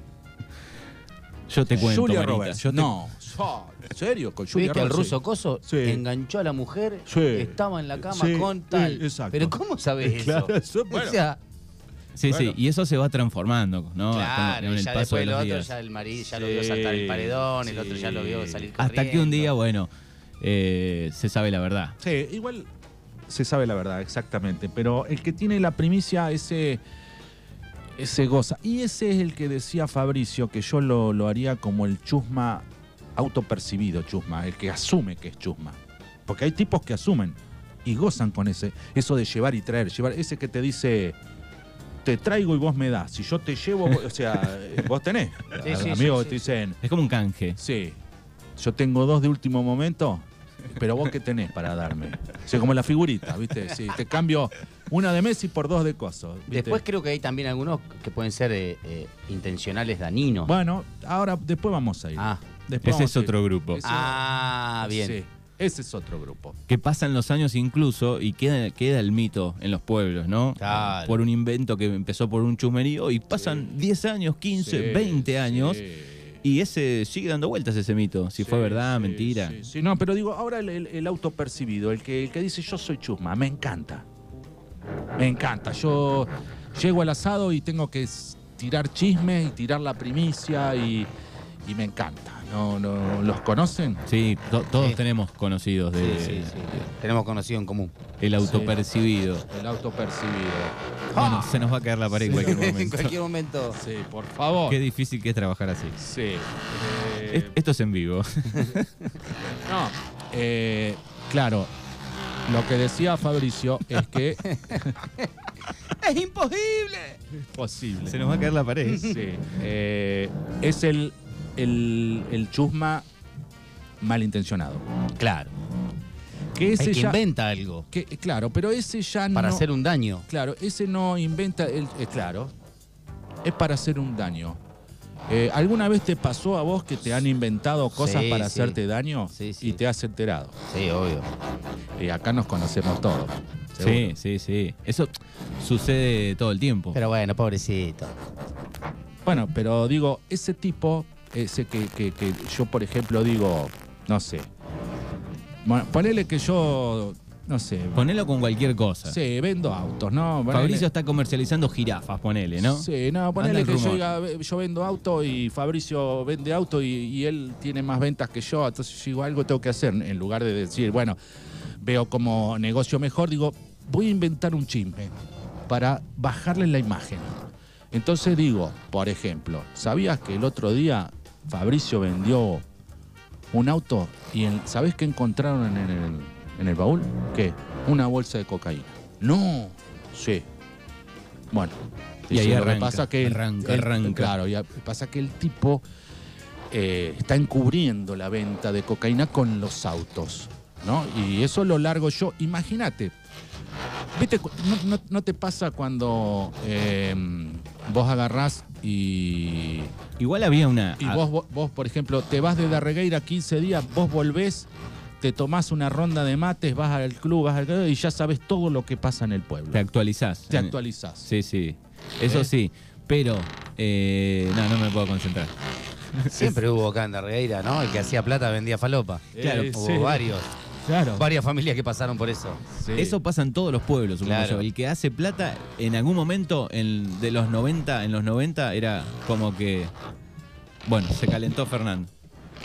[SPEAKER 1] Yo te cuento.
[SPEAKER 3] Julia
[SPEAKER 1] manita,
[SPEAKER 3] Roberts.
[SPEAKER 1] yo te-
[SPEAKER 3] No, so- ¿en serio? Con Julia
[SPEAKER 2] ¿Viste el
[SPEAKER 3] Roberts.
[SPEAKER 2] ruso coso?
[SPEAKER 3] Sí.
[SPEAKER 2] Enganchó a la mujer,
[SPEAKER 3] Sí.
[SPEAKER 2] estaba en la cama
[SPEAKER 3] Sí,
[SPEAKER 2] con tal.
[SPEAKER 3] sí, exacto.
[SPEAKER 2] Pero ¿cómo sabes
[SPEAKER 3] Claro, eso, pues
[SPEAKER 2] eso?
[SPEAKER 3] bueno.
[SPEAKER 2] O sea,
[SPEAKER 1] Sí,
[SPEAKER 3] Bueno.
[SPEAKER 1] sí. Y eso se va transformando, ¿no? Hasta
[SPEAKER 2] claro,
[SPEAKER 1] en
[SPEAKER 2] y
[SPEAKER 1] el
[SPEAKER 2] ya
[SPEAKER 1] paso
[SPEAKER 2] después
[SPEAKER 1] de
[SPEAKER 2] el
[SPEAKER 1] los
[SPEAKER 2] otro,
[SPEAKER 1] días.
[SPEAKER 2] ya el marido ya lo
[SPEAKER 3] Sí,
[SPEAKER 2] vio saltar el paredón, el otro ya lo vio
[SPEAKER 3] sí.
[SPEAKER 2] salir corriendo.
[SPEAKER 1] Hasta que un día, bueno, eh, se sabe la verdad.
[SPEAKER 3] Sí, igual se sabe la verdad, exactamente. Pero el que tiene la primicia, ese, ese goza. Y ese es el que decía Fabricio, que yo lo, lo haría como el chusma autopercibido chusma, el que asume que es chusma. Porque hay tipos que asumen y gozan con ese, eso de llevar y traer, llevar, ese que te dice, te traigo y vos me das, si yo te llevo, vos- o sea, eh, vos tenés.
[SPEAKER 2] Sí, sí,
[SPEAKER 3] amigos
[SPEAKER 2] sí,
[SPEAKER 3] que
[SPEAKER 2] sí,
[SPEAKER 3] te dicen,
[SPEAKER 1] Es como un canje.
[SPEAKER 3] sí, yo tengo dos de último momento, pero vos qué tenés para darme. O sea, como la figurita, ¿viste? Sí, te cambio una de Messi por dos de Coso. ¿viste?
[SPEAKER 2] Después creo que hay también algunos que pueden ser eh, eh, intencionales daninos.
[SPEAKER 3] Bueno, ahora después vamos a ir.
[SPEAKER 2] Ah,
[SPEAKER 3] Después
[SPEAKER 1] Ese
[SPEAKER 3] vamos
[SPEAKER 1] es
[SPEAKER 3] a ir.
[SPEAKER 1] otro grupo.
[SPEAKER 3] Ese-
[SPEAKER 2] ah, bien.
[SPEAKER 3] Sí, ese es otro grupo.
[SPEAKER 1] Que pasan los años incluso y queda, queda el mito en los pueblos, ¿no?
[SPEAKER 2] Claro.
[SPEAKER 1] Por un invento que empezó por un chusmerío y pasan 10 años, 15,
[SPEAKER 3] Sí,
[SPEAKER 1] 20
[SPEAKER 3] sí.
[SPEAKER 1] años y ese sigue dando vueltas ese mito. Si fue
[SPEAKER 3] Sí,
[SPEAKER 1] verdad,
[SPEAKER 3] sí,
[SPEAKER 1] mentira.
[SPEAKER 3] Sí, sí. no, pero digo, ahora el, el- el autopercibido, el que, el que dice yo soy chusma, me encanta. Me encanta. Yo llego al asado y tengo que s- tirar chisme y tirar la primicia y, y me encanta. No, no, ¿Los conocen?
[SPEAKER 1] Sí, to- todos
[SPEAKER 2] Sí.
[SPEAKER 1] tenemos conocidos de
[SPEAKER 2] Sí, sí, sí. Tenemos conocido en común.
[SPEAKER 1] el autopercibido.
[SPEAKER 3] El autopercibido.
[SPEAKER 1] Bueno, se nos va a caer la pared en cualquier
[SPEAKER 2] en
[SPEAKER 1] momento.
[SPEAKER 2] cualquier momento.
[SPEAKER 3] Sí, por favor.
[SPEAKER 1] Qué difícil que es trabajar así.
[SPEAKER 3] Sí. eh,
[SPEAKER 1] Es- Esto es en vivo.
[SPEAKER 3] No, eh, claro. Lo que decía Fabricio es que
[SPEAKER 2] ¡Es imposible!
[SPEAKER 3] es posible.
[SPEAKER 1] Se nos va a caer la pared.
[SPEAKER 3] Sí. eh, es el, el, el chusma malintencionado.
[SPEAKER 2] Claro.
[SPEAKER 3] Que
[SPEAKER 2] Hay
[SPEAKER 3] ese
[SPEAKER 2] que
[SPEAKER 3] ya.
[SPEAKER 2] inventa algo
[SPEAKER 3] que- eh, claro, pero ese ya
[SPEAKER 2] para
[SPEAKER 3] no.
[SPEAKER 2] hacer un daño.
[SPEAKER 3] Claro, ese no inventa. el- eh, claro. Es para hacer un daño. Eh, ¿Alguna vez te pasó a vos que te han inventado cosas
[SPEAKER 2] Sí,
[SPEAKER 3] para
[SPEAKER 2] sí.
[SPEAKER 3] hacerte daño
[SPEAKER 2] Sí, sí.
[SPEAKER 3] y te has enterado?
[SPEAKER 2] Sí, obvio.
[SPEAKER 3] Y acá nos conocemos todos.
[SPEAKER 1] Sí, sí, sí. Eso sucede todo el tiempo.
[SPEAKER 2] Pero bueno, pobrecito.
[SPEAKER 3] Bueno, pero digo, ese tipo, ese que, que- que yo, por ejemplo, digo, no sé. Bueno, ponele que yo, no sé.
[SPEAKER 1] Ponelo con cualquier cosa.
[SPEAKER 3] Sí, vendo autos, ¿no? Ponele-
[SPEAKER 1] Fabricio está comercializando jirafas, ponele, ¿no?
[SPEAKER 3] Sí, no,
[SPEAKER 1] Anda
[SPEAKER 3] ponele
[SPEAKER 1] el
[SPEAKER 3] que yo,
[SPEAKER 1] rumor.
[SPEAKER 3] diga, "Ve- yo vendo auto y Fabricio vende auto y, y él tiene más ventas que yo, entonces yo digo, algo tengo que hacer. En lugar de decir, bueno, veo como negocio mejor, digo, voy a inventar un chisme para bajarle la imagen. Entonces digo, por ejemplo, ¿sabías que el otro día Fabricio vendió un auto y el- ¿sabés qué encontraron en el, en el baúl? ¿Qué? Una bolsa de cocaína. No, sí. Bueno,
[SPEAKER 1] Y ahí
[SPEAKER 3] eso lo que
[SPEAKER 1] arranca,
[SPEAKER 3] pasa que el-
[SPEAKER 1] arranca,
[SPEAKER 3] el-
[SPEAKER 1] arranca.
[SPEAKER 3] Claro, y a- pasa que el tipo eh, está encubriendo la venta de cocaína con los autos, ¿no? Y eso lo largo yo. Imagínate, ¿Viste? cu- No, no- no te pasa cuando eh, vos agarrás y,
[SPEAKER 1] Igual había una.
[SPEAKER 3] y
[SPEAKER 1] ah,
[SPEAKER 3] vos, vos- vos, por ejemplo, te vas de Darregueira 15 días, vos volvés, te tomás una ronda de mates, vas al club, vas al club y ya sabes todo lo que pasa en el pueblo.
[SPEAKER 1] Te actualizás.
[SPEAKER 3] Te actualizás.
[SPEAKER 1] Sí, sí. Eso
[SPEAKER 3] ¿Eh?
[SPEAKER 1] sí. Pero. eh, no, no me puedo concentrar.
[SPEAKER 2] Siempre hubo acá en Darreira, ¿no? El que hacía plata vendía falopa.
[SPEAKER 3] Claro,
[SPEAKER 2] hubo
[SPEAKER 3] sí.
[SPEAKER 2] varios.
[SPEAKER 3] Claro.
[SPEAKER 2] Varias familias que pasaron por eso.
[SPEAKER 1] Eso pasa en todos los pueblos, supongo
[SPEAKER 2] Claro.
[SPEAKER 1] yo. El que hace plata, en algún momento, en, de los 90, en los 90, era como que. Bueno, se calentó Fernando.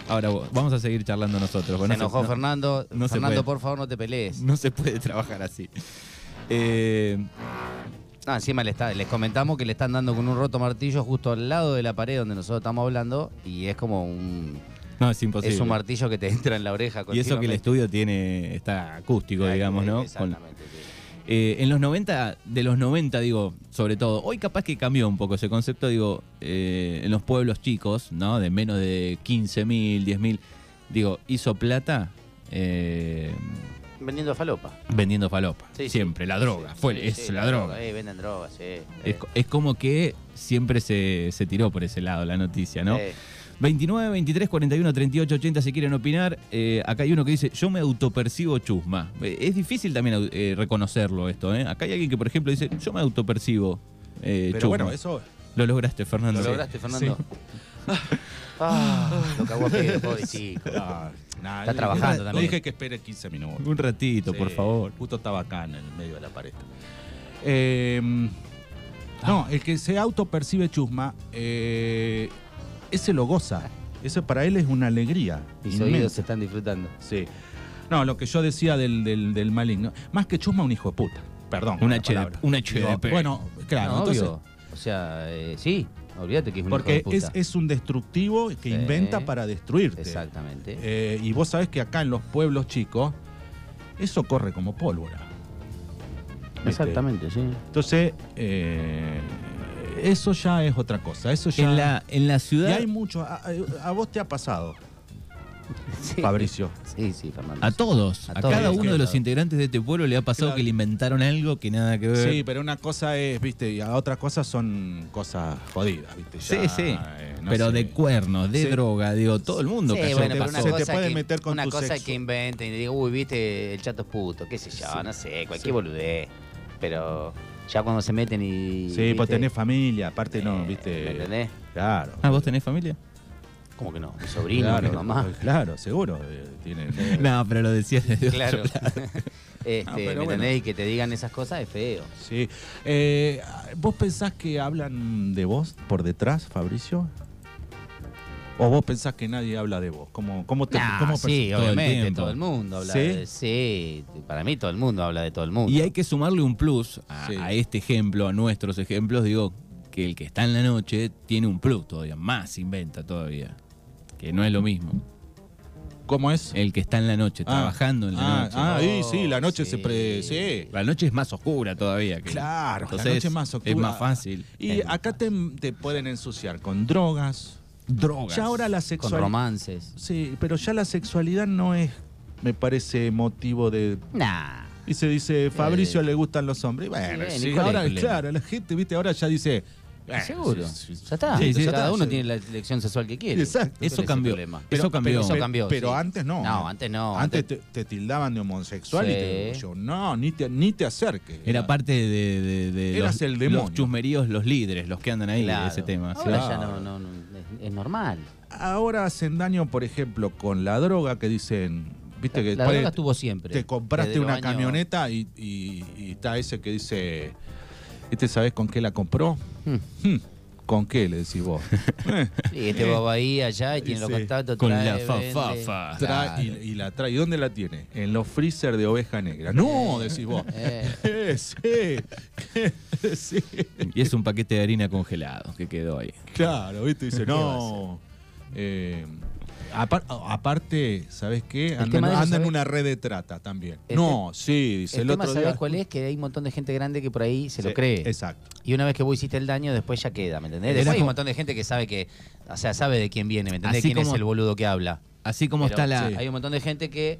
[SPEAKER 1] Ahora vos- vamos a seguir charlando nosotros.
[SPEAKER 2] Se
[SPEAKER 1] Bueno,
[SPEAKER 2] enojó
[SPEAKER 1] no-
[SPEAKER 2] Fernando.
[SPEAKER 1] no se
[SPEAKER 2] Fernando,
[SPEAKER 1] puede.
[SPEAKER 2] por favor, no te pelees.
[SPEAKER 1] No se puede trabajar así. Eh,
[SPEAKER 2] No, encima le está- les comentamos que le están dando con un roto martillo justo al lado de la pared donde nosotros estamos hablando y es como un
[SPEAKER 1] no, es imposible.
[SPEAKER 2] es un martillo que te entra en la oreja.
[SPEAKER 1] y eso que el
[SPEAKER 2] continuamente. eh,
[SPEAKER 1] estudio tiene está acústico, digamos, ¿no? Con-
[SPEAKER 2] Exactamente, sí.
[SPEAKER 1] Eh, en los 90, de los 90 digo, sobre todo, hoy capaz que cambió un poco ese concepto, digo, eh, en los pueblos chicos, ¿no? De menos de 15.000, 10.000, digo, hizo plata eh,
[SPEAKER 2] Vendiendo falopa.
[SPEAKER 1] vendiendo falopa.
[SPEAKER 2] Sí, sí.
[SPEAKER 1] siempre, la droga,
[SPEAKER 2] Sí,
[SPEAKER 1] fue,
[SPEAKER 2] sí,
[SPEAKER 1] es
[SPEAKER 2] sí,
[SPEAKER 1] la droga.
[SPEAKER 2] eh, venden drogas, sí. eh,
[SPEAKER 1] Es, co- es como que siempre se, se tiró por ese lado la noticia, ¿no?
[SPEAKER 2] eh.
[SPEAKER 1] 29, 23, 41, 38, 80 si quieren opinar. Eh, acá hay uno que dice, yo me autopercibo chusma. Eh, es difícil también au- eh, reconocerlo esto, ¿eh? Acá hay alguien que, por ejemplo, dice, yo me autopercibo eh,
[SPEAKER 3] Pero
[SPEAKER 1] chusma.
[SPEAKER 3] bueno, eso.
[SPEAKER 1] Lo lograste, Fernando.
[SPEAKER 2] ¿Lo lograste, Fernando? Ah, lo cagó a pedo, pobre chico.
[SPEAKER 3] Ah, nah,
[SPEAKER 2] Está
[SPEAKER 3] le-
[SPEAKER 2] trabajando
[SPEAKER 3] le- le
[SPEAKER 2] también.
[SPEAKER 3] dije que espere 15 minutos.
[SPEAKER 1] Un ratito, por
[SPEAKER 3] Sí,
[SPEAKER 1] favor.
[SPEAKER 3] Justo estaba acá en el medio de la pared. Eh, no, el que se autopercibe chusma, eh, ese lo goza. Eso para él es una alegría.
[SPEAKER 2] Mis oídos se están disfrutando.
[SPEAKER 3] Sí. No, lo que yo decía del, del, del maligno. Más que chusma, un hijo de puta. Perdón.
[SPEAKER 1] Una
[SPEAKER 3] la palabra.
[SPEAKER 1] HDP, una
[SPEAKER 3] Digo,
[SPEAKER 1] HDP.
[SPEAKER 3] Bueno, claro.
[SPEAKER 1] Ah,
[SPEAKER 2] No,
[SPEAKER 3] entonces,
[SPEAKER 2] obvio. O sea, eh, sí, olvídate que es un
[SPEAKER 3] Porque
[SPEAKER 2] hijo de
[SPEAKER 3] es,
[SPEAKER 2] puta.
[SPEAKER 3] es un destructivo que
[SPEAKER 2] Sí.
[SPEAKER 3] inventa para destruirte.
[SPEAKER 2] Exactamente.
[SPEAKER 3] Eh, y vos sabés que acá en los pueblos chicos, eso corre como pólvora. ¿Viste?
[SPEAKER 2] Exactamente, sí.
[SPEAKER 3] Entonces, eh, eso ya es otra cosa. Eso ya.
[SPEAKER 1] En la, en la
[SPEAKER 3] Y
[SPEAKER 1] ciudad.
[SPEAKER 3] hay mucho. A, a- a vos te ha pasado, Fabricio.
[SPEAKER 2] Sí, sí, Fernando.
[SPEAKER 1] A todos,
[SPEAKER 2] A
[SPEAKER 1] a,
[SPEAKER 2] todos,
[SPEAKER 1] cada
[SPEAKER 2] sí,
[SPEAKER 1] uno de
[SPEAKER 2] claro.
[SPEAKER 1] los integrantes de este pueblo le ha pasado
[SPEAKER 3] Claro.
[SPEAKER 1] que le inventaron algo que nada que ver.
[SPEAKER 3] Sí, pero una cosa es, viste, y a otra cosa son cosas jodidas, viste.
[SPEAKER 1] Sí,
[SPEAKER 3] Ya,
[SPEAKER 1] sí.
[SPEAKER 3] eh, no
[SPEAKER 1] pero
[SPEAKER 3] sé.
[SPEAKER 1] de cuernos, de
[SPEAKER 3] Sí.
[SPEAKER 1] droga, digo, todo el mundo.
[SPEAKER 2] Sí,
[SPEAKER 1] cayó.
[SPEAKER 2] bueno,
[SPEAKER 3] te-
[SPEAKER 2] pero una
[SPEAKER 3] se te
[SPEAKER 2] cosa es
[SPEAKER 3] puede
[SPEAKER 2] que,
[SPEAKER 3] meter con
[SPEAKER 2] una
[SPEAKER 3] tu
[SPEAKER 2] cosa es
[SPEAKER 3] sexo.
[SPEAKER 2] que inventen y digo, uy, viste, el chato es puto, qué sé yo, no sé, cualquier
[SPEAKER 3] Sí.
[SPEAKER 2] boludez. Pero ya cuando se meten y.
[SPEAKER 3] Sí, pues
[SPEAKER 2] ¿viste?
[SPEAKER 3] tenés familia, aparte no,
[SPEAKER 2] Eh, ¿Me
[SPEAKER 3] viste.
[SPEAKER 2] entendés?
[SPEAKER 3] Claro.
[SPEAKER 1] Ah, ¿vos tenés familia?
[SPEAKER 2] Como que no, mi sobrino,
[SPEAKER 3] claro, pues,
[SPEAKER 2] mi mamá.
[SPEAKER 3] Claro, seguro. eh, tienen, eh,
[SPEAKER 1] No, pero lo decías desde otro
[SPEAKER 2] Claro.
[SPEAKER 1] lado.
[SPEAKER 2] este,
[SPEAKER 3] Ah, pero
[SPEAKER 2] ¿Me
[SPEAKER 3] bueno.
[SPEAKER 2] entendés? Y que te digan esas cosas es feo.
[SPEAKER 3] Sí. Eh, ¿Vos pensás que hablan de vos por detrás, Fabricio? ¿O vos pensás que nadie habla de vos? ¿Cómo, cómo te,
[SPEAKER 2] Nah,
[SPEAKER 3] cómo
[SPEAKER 2] sí,
[SPEAKER 1] Todo el
[SPEAKER 2] obviamente,
[SPEAKER 1] tiempo.
[SPEAKER 2] todo el mundo habla
[SPEAKER 3] ¿Sí?
[SPEAKER 2] de. Sí, para mí todo el mundo habla de todo el mundo.
[SPEAKER 1] Y hay que sumarle un plus a,
[SPEAKER 3] Sí.
[SPEAKER 1] a este ejemplo, a nuestros ejemplos, digo, que el que está en la noche tiene un plus todavía, más inventa todavía. Que no es lo mismo.
[SPEAKER 3] perci- ¿Cómo es?
[SPEAKER 1] El que está en la noche,
[SPEAKER 3] Ah,
[SPEAKER 1] Eh, trabajando en la
[SPEAKER 3] ah,
[SPEAKER 1] noche.
[SPEAKER 3] Ah, y sí, la
[SPEAKER 2] Oh,
[SPEAKER 3] noche
[SPEAKER 2] sí.
[SPEAKER 3] se pre... Sí.
[SPEAKER 1] La noche es más oscura todavía. que-
[SPEAKER 3] Claro,
[SPEAKER 1] Entonces,
[SPEAKER 3] la noche es más oscura.
[SPEAKER 1] Es más fácil.
[SPEAKER 3] Y acá te, te pueden ensuciar con drogas.
[SPEAKER 1] Drogas.
[SPEAKER 3] Ya ahora la
[SPEAKER 2] con
[SPEAKER 3] sexualidad...
[SPEAKER 2] romances.
[SPEAKER 3] Sí, pero ya la sexualidad no es, me parece, motivo de
[SPEAKER 2] Nah.
[SPEAKER 3] Y se dice, Fabricio le gustan los hombres. Y bueno,
[SPEAKER 2] Bien,
[SPEAKER 3] sí,
[SPEAKER 2] ¿y cuál es el
[SPEAKER 3] ahora,
[SPEAKER 2] problema?
[SPEAKER 3] claro, la gente, viste, ahora ya dice. "Bueno,
[SPEAKER 2] Seguro.
[SPEAKER 3] sí, sí, sí".
[SPEAKER 2] Ya está.
[SPEAKER 1] Sí, sí,
[SPEAKER 2] cada
[SPEAKER 3] está,
[SPEAKER 2] uno
[SPEAKER 3] sí.
[SPEAKER 2] tiene la elección sexual que quiere.
[SPEAKER 3] Exacto.
[SPEAKER 1] Eso
[SPEAKER 2] Ese es el
[SPEAKER 1] cambió.
[SPEAKER 2] problema.
[SPEAKER 1] Pero- Eso cambió.
[SPEAKER 3] Pero,
[SPEAKER 2] Eso cambió,
[SPEAKER 3] pero
[SPEAKER 2] sí.
[SPEAKER 3] antes no.
[SPEAKER 2] No, antes no.
[SPEAKER 3] Antes te, eh, te tildaban de homosexual y
[SPEAKER 2] Sí.
[SPEAKER 3] te yo, no, ni te, ni te acerques.
[SPEAKER 1] Era parte de, de- de
[SPEAKER 3] Eras
[SPEAKER 1] los,
[SPEAKER 3] el demonio.
[SPEAKER 1] los chusmeríos, los líderes, los que andan ahí
[SPEAKER 2] Claro.
[SPEAKER 1] de ese tema. sí.
[SPEAKER 2] Ahora ya no,
[SPEAKER 3] Claro.
[SPEAKER 2] no, no, es, es normal.
[SPEAKER 3] Ahora hacen daño, por ejemplo, con la droga que dicen. Viste que
[SPEAKER 2] la
[SPEAKER 3] ponen-
[SPEAKER 2] droga estuvo siempre.
[SPEAKER 3] te compraste
[SPEAKER 2] Desde los
[SPEAKER 3] una
[SPEAKER 2] años-
[SPEAKER 3] camioneta y, y- y está ese que dice. ¿Este sabes con qué la compró?
[SPEAKER 2] Hmm.
[SPEAKER 3] Hmm, ¿Con qué? Le decís vos. Eh,
[SPEAKER 2] Y este va ahí allá y tiene los
[SPEAKER 3] Sí.
[SPEAKER 2] contactos.
[SPEAKER 1] Con
[SPEAKER 2] trae,
[SPEAKER 1] la
[SPEAKER 2] vende. Ah,
[SPEAKER 1] fafafa.
[SPEAKER 3] Tra- y, y la trae. ¿Y dónde la tiene? En los freezer de oveja negra. No, decís vos.
[SPEAKER 2] Eh,
[SPEAKER 3] Eh, sí, sí.
[SPEAKER 1] Y es un paquete de harina congelado que quedó ahí.
[SPEAKER 3] Claro, ¿viste? Dice,
[SPEAKER 2] ¿Qué va a
[SPEAKER 3] no. Eh, apar- a- aparte, ¿sabes qué? Andan,
[SPEAKER 2] tema de eso,
[SPEAKER 3] andan
[SPEAKER 2] ¿sabes?
[SPEAKER 3] una red de trata también.
[SPEAKER 2] El
[SPEAKER 3] no, sí, dice
[SPEAKER 2] el
[SPEAKER 3] el,
[SPEAKER 2] tema,
[SPEAKER 3] otro
[SPEAKER 2] ¿sabes
[SPEAKER 3] día.
[SPEAKER 2] cuál es? Que hay un montón de gente grande que por ahí se
[SPEAKER 3] Sí,
[SPEAKER 2] lo cree.
[SPEAKER 3] Exacto.
[SPEAKER 2] Y una vez que vos hiciste el daño, después ya queda, ¿me entendés?
[SPEAKER 1] Era
[SPEAKER 2] Después hay un
[SPEAKER 1] como-
[SPEAKER 2] montón de gente que sabe que, o sea, sabe de quién viene, ¿me entendés?
[SPEAKER 1] Así
[SPEAKER 2] ¿Quién es
[SPEAKER 1] como-
[SPEAKER 2] el boludo que habla?
[SPEAKER 1] Así como
[SPEAKER 2] Pero
[SPEAKER 1] está la,
[SPEAKER 3] sí.
[SPEAKER 2] Hay un montón de gente que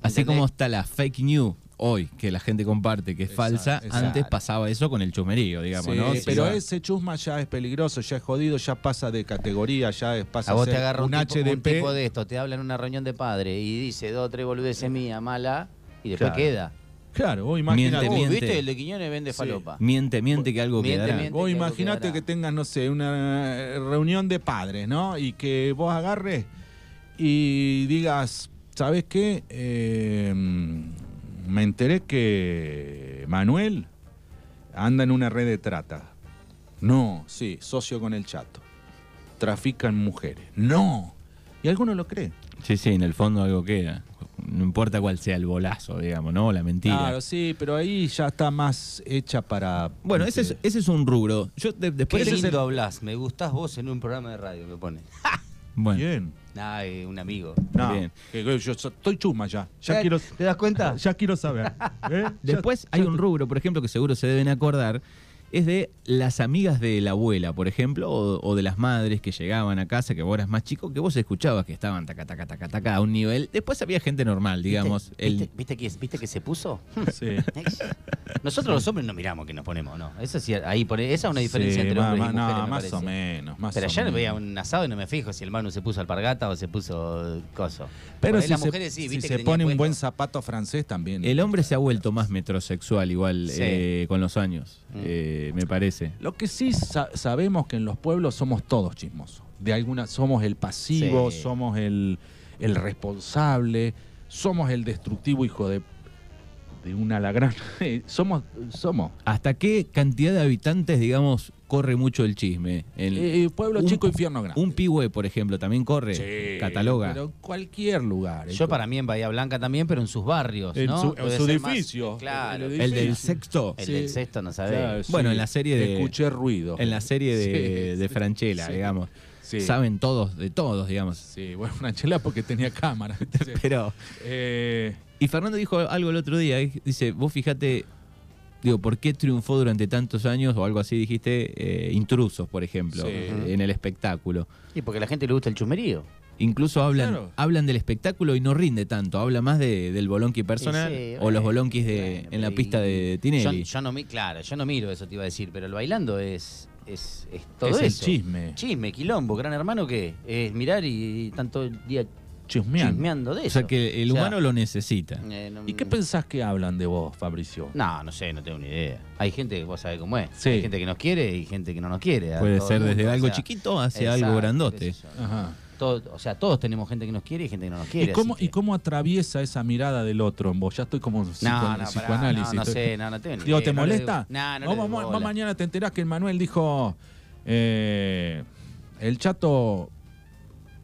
[SPEAKER 1] así
[SPEAKER 2] ¿entendés?
[SPEAKER 1] como está la fake news hoy, que la gente comparte que es
[SPEAKER 3] Exacto,
[SPEAKER 1] falsa,
[SPEAKER 3] exacto.
[SPEAKER 1] antes pasaba eso con el chumerío, digamos,
[SPEAKER 3] Sí,
[SPEAKER 1] ¿no? Se
[SPEAKER 3] pero
[SPEAKER 1] iba-
[SPEAKER 3] ese chusma ya es peligroso, ya es jodido, ya pasa de categoría, ya es, pasa
[SPEAKER 2] A vos
[SPEAKER 3] ser
[SPEAKER 2] te agarra un,
[SPEAKER 3] un,
[SPEAKER 2] tipo, un
[SPEAKER 3] HDP.
[SPEAKER 2] tipo de esto, te habla en una reunión de padre y dice dos o tres boludeces mía, mala, y después
[SPEAKER 3] Claro.
[SPEAKER 2] queda.
[SPEAKER 3] Claro,
[SPEAKER 1] Te
[SPEAKER 3] vos
[SPEAKER 2] Uy,
[SPEAKER 3] imaginate.
[SPEAKER 1] miente.
[SPEAKER 2] ¿viste? El de Quiñones vende
[SPEAKER 3] Sí.
[SPEAKER 2] falopa.
[SPEAKER 1] Miente, miente que algo
[SPEAKER 2] Miente,
[SPEAKER 1] quedará.
[SPEAKER 2] miente.
[SPEAKER 3] Vos
[SPEAKER 2] que algo
[SPEAKER 3] imaginate
[SPEAKER 2] quedará.
[SPEAKER 3] que tengas, no sé, una eh, reunión de padres, ¿no? Y que vos agarres y digas, ¿sabes qué? Eh, me enteré que Manuel anda en una red de trata. No, sí, socio con el chato. Trafican mujeres. No. Y alguno lo cree.
[SPEAKER 1] Sí, sí, en el fondo algo queda. No importa cuál sea el bolazo, digamos, ¿no? La mentira.
[SPEAKER 3] Claro, sí, pero ahí ya está más hecha para...
[SPEAKER 1] Bueno, ese es, ese es un rubro. Yo de-
[SPEAKER 2] Qué
[SPEAKER 1] después
[SPEAKER 3] ese es
[SPEAKER 2] lindo
[SPEAKER 3] el-
[SPEAKER 2] hablas, me gustás vos en un programa de radio, me pone.
[SPEAKER 1] Bueno,
[SPEAKER 3] Bien.
[SPEAKER 2] Nah, eh, un amigo.
[SPEAKER 3] No,
[SPEAKER 1] Bien.
[SPEAKER 3] que- que yo so- estoy chuma ya. Ya
[SPEAKER 2] Eh,
[SPEAKER 3] quiero...
[SPEAKER 2] ¿Te das cuenta?
[SPEAKER 3] Ya quiero saber. ¿eh?
[SPEAKER 1] Después hay un rubro, por ejemplo, que seguro se deben acordar, es de las amigas de la abuela, por ejemplo, o, o de las madres que llegaban a casa, que vos eras más chico, que vos escuchabas que estaban taca, taca, taca, taca, a un nivel. Después había gente normal, digamos.
[SPEAKER 2] ¿Viste,
[SPEAKER 1] El,
[SPEAKER 2] viste- viste que, viste que se puso?
[SPEAKER 3] Sí.
[SPEAKER 2] Nosotros los hombres no miramos que nos ponemos, ¿no? Eso sí, ahí pone, esa es una diferencia
[SPEAKER 3] Sí,
[SPEAKER 2] entre
[SPEAKER 3] más-
[SPEAKER 2] hombres
[SPEAKER 3] más-
[SPEAKER 2] y mujeres.
[SPEAKER 3] no,
[SPEAKER 2] me
[SPEAKER 3] más
[SPEAKER 2] parece.
[SPEAKER 3] o menos. Más
[SPEAKER 2] Pero
[SPEAKER 3] o
[SPEAKER 2] ayer
[SPEAKER 3] menos.
[SPEAKER 2] veía un asado y no me fijo si el Manu se puso alpargata o se puso eh, coso. Por
[SPEAKER 3] Pero
[SPEAKER 2] ahí
[SPEAKER 3] si
[SPEAKER 2] las
[SPEAKER 3] se,
[SPEAKER 2] mujeres sí,
[SPEAKER 3] si
[SPEAKER 2] viste que
[SPEAKER 3] se
[SPEAKER 2] tenían
[SPEAKER 3] pone un
[SPEAKER 2] puesto.
[SPEAKER 3] buen zapato francés también.
[SPEAKER 1] el hombre se ha vuelto más metrosexual igual
[SPEAKER 2] Sí.
[SPEAKER 1] eh, con los años,
[SPEAKER 2] Mm.
[SPEAKER 1] eh, me parece.
[SPEAKER 3] Lo que sí sa- sabemos que en los pueblos somos todos chismosos. De alguna, somos el pasivo,
[SPEAKER 2] Sí.
[SPEAKER 3] somos el, el responsable, somos el destructivo hijo de, de una lagrana. somos, somos.
[SPEAKER 1] ¿Hasta qué cantidad de habitantes, digamos, corre mucho el chisme. El-
[SPEAKER 3] Eh, pueblo
[SPEAKER 1] un-
[SPEAKER 3] chico, infierno grande.
[SPEAKER 1] un pigüe, por ejemplo, también corre,
[SPEAKER 3] Sí,
[SPEAKER 1] cataloga.
[SPEAKER 3] Pero en cualquier lugar.
[SPEAKER 2] Yo para mí en Bahía Blanca también, pero en sus barrios,
[SPEAKER 3] En
[SPEAKER 2] ¿no?
[SPEAKER 3] su- en
[SPEAKER 2] Puede
[SPEAKER 3] su
[SPEAKER 2] ser más-
[SPEAKER 3] edificio.
[SPEAKER 2] claro.
[SPEAKER 3] El
[SPEAKER 2] El,
[SPEAKER 1] el del
[SPEAKER 3] difícil.
[SPEAKER 1] sexto.
[SPEAKER 3] Sí.
[SPEAKER 2] del sexto, no sabés.
[SPEAKER 3] Claro, sí.
[SPEAKER 1] Bueno, en la serie de-
[SPEAKER 3] Escuché ruido.
[SPEAKER 1] En la serie de,
[SPEAKER 3] Sí,
[SPEAKER 1] de
[SPEAKER 3] sí,
[SPEAKER 1] Franchella,
[SPEAKER 3] sí.
[SPEAKER 1] digamos.
[SPEAKER 3] Sí.
[SPEAKER 1] Saben todos, de todos, digamos.
[SPEAKER 3] Sí, bueno, una chela porque tenía cámara. Sí.
[SPEAKER 1] Pero.
[SPEAKER 3] Eh,
[SPEAKER 1] Y Fernando dijo algo el otro día. eh, Dice, vos fíjate, digo, ¿por qué triunfó durante tantos años? O algo así dijiste, eh, intrusos, por ejemplo,
[SPEAKER 3] Sí.
[SPEAKER 1] eh, en el espectáculo.
[SPEAKER 2] Y porque a la gente le gusta el chumerío.
[SPEAKER 1] Incluso hablan,
[SPEAKER 3] Claro.
[SPEAKER 1] hablan del espectáculo y no rinde tanto. Habla más de- del bolonqui personal
[SPEAKER 2] Sí, sí,
[SPEAKER 1] o los
[SPEAKER 2] bueno,
[SPEAKER 1] bolonquis de,
[SPEAKER 2] bueno,
[SPEAKER 1] en la
[SPEAKER 2] pero
[SPEAKER 1] pista
[SPEAKER 2] y-
[SPEAKER 1] de Tinelli.
[SPEAKER 2] Yo, yo no mi- claro, yo no miro eso, te iba a decir, pero el bailando es, es, es todo
[SPEAKER 3] es el
[SPEAKER 2] eso.
[SPEAKER 3] chisme.
[SPEAKER 2] Chisme, quilombo, gran hermano que es mirar y, tanto el día
[SPEAKER 3] Chismean.
[SPEAKER 2] chismeando de eso.
[SPEAKER 1] o sea que el
[SPEAKER 2] O sea,
[SPEAKER 1] humano lo necesita.
[SPEAKER 2] eh, no-
[SPEAKER 3] ¿Y qué pensás que hablan de vos, Fabricio?
[SPEAKER 2] No, no sé, no tengo ni idea. Hay gente que vos sabés cómo es.
[SPEAKER 3] Sí.
[SPEAKER 2] Hay gente que nos quiere y gente que no nos quiere. a
[SPEAKER 1] Puede
[SPEAKER 2] todo
[SPEAKER 1] ser
[SPEAKER 2] el
[SPEAKER 1] desde
[SPEAKER 2] mundo, o
[SPEAKER 1] algo
[SPEAKER 2] sea,
[SPEAKER 1] chiquito hacia
[SPEAKER 2] exacto,
[SPEAKER 1] algo
[SPEAKER 2] qué
[SPEAKER 1] grandote.
[SPEAKER 2] sé yo.
[SPEAKER 3] Ajá.
[SPEAKER 2] Todo- o sea, todos tenemos gente que nos quiere y gente que no nos quiere.
[SPEAKER 3] ¿Y cómo,
[SPEAKER 2] así
[SPEAKER 3] ¿Y
[SPEAKER 2] que-
[SPEAKER 3] cómo atraviesa esa mirada del otro en vos? Ya estoy como en psico-
[SPEAKER 2] No, no, pará,
[SPEAKER 3] psicoanálisis.
[SPEAKER 2] no, no
[SPEAKER 3] Estoy-
[SPEAKER 2] sé, no, no tengo ni
[SPEAKER 3] Digo,
[SPEAKER 2] idea,
[SPEAKER 3] ¿te
[SPEAKER 2] no le digo-
[SPEAKER 3] molesta?
[SPEAKER 2] No, no
[SPEAKER 3] Vos-
[SPEAKER 2] le
[SPEAKER 3] vos-
[SPEAKER 2] digo
[SPEAKER 3] vos
[SPEAKER 2] bola.
[SPEAKER 3] mañana te enterás que el Manuel dijo, eh, el chato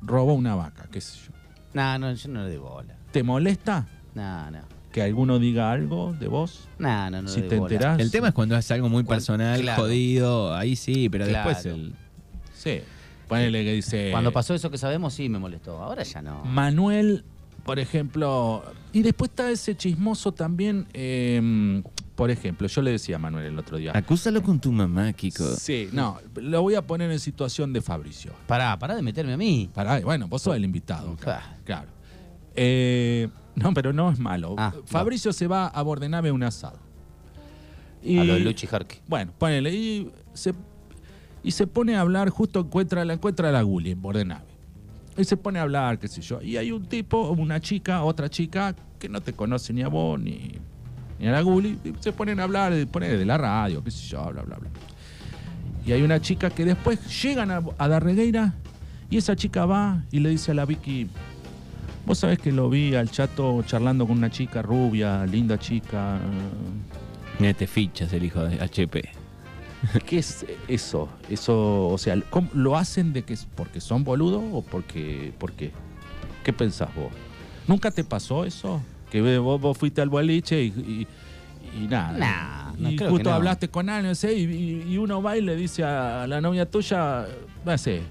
[SPEAKER 3] robó una vaca, qué sé yo.
[SPEAKER 2] No, no, yo no le doy bola.
[SPEAKER 3] ¿Te molesta
[SPEAKER 2] No, no.
[SPEAKER 3] que alguno diga algo de vos?
[SPEAKER 2] No, no, no.
[SPEAKER 3] si
[SPEAKER 2] le
[SPEAKER 3] te
[SPEAKER 2] doy bola.
[SPEAKER 3] enterás.
[SPEAKER 1] El tema es cuando es algo muy
[SPEAKER 2] Cuan-
[SPEAKER 1] personal,
[SPEAKER 2] Ah, claro.
[SPEAKER 1] jodido, ahí sí, pero
[SPEAKER 2] Claro.
[SPEAKER 1] después el...
[SPEAKER 3] Sí, ponele que dice...
[SPEAKER 2] Cuando pasó eso que sabemos, sí me molestó. Ahora ya no.
[SPEAKER 3] Manuel, por ejemplo. Y después está ese chismoso también. eh, por ejemplo, yo le decía a Manuel el otro día.
[SPEAKER 1] Acúsalo con tu mamá, Kiko.
[SPEAKER 3] Sí, no, lo voy a poner en situación de Fabricio.
[SPEAKER 2] Pará, pará de meterme a mí.
[SPEAKER 3] Pará, bueno, vos sos el invitado. Claro.
[SPEAKER 2] Ah.
[SPEAKER 3] claro. Eh, no, pero no es malo.
[SPEAKER 2] Ah,
[SPEAKER 3] Fabricio se va a Bordenave a un asado. Y,
[SPEAKER 2] A lo de Luchi Jarque.
[SPEAKER 3] Bueno, ponele. Y se, y se pone a hablar, justo encuentra, la encuentra la Guli en Bordenave. Y se pone a hablar, qué sé yo. Y hay un tipo, una chica, otra chica, que no te conoce ni a vos ni, ni a la Guli. y se ponen a hablar, de- ponele de la radio, qué sé yo, bla, bla, bla. Y hay una chica que después llegan a, a Darregueira y esa chica va y le dice a la Vicky, vos sabés que lo vi al chato charlando con una chica rubia, linda chica,
[SPEAKER 1] Mira, te fichas el hijo de HP.
[SPEAKER 3] ¿Qué es eso? Eso, o sea, ¿cómo- ¿lo hacen de que es porque son boludos o porque, por qué? ¿Qué pensás vos? ¿Nunca te pasó eso? Que ve- vos, vos fuiste al boliche y, y- y nada.
[SPEAKER 2] Nah, no
[SPEAKER 3] y
[SPEAKER 2] creo que
[SPEAKER 3] justo
[SPEAKER 2] no.
[SPEAKER 3] hablaste con alguien, no sé, y, y- y uno va y le dice a la novia tuya, no sé,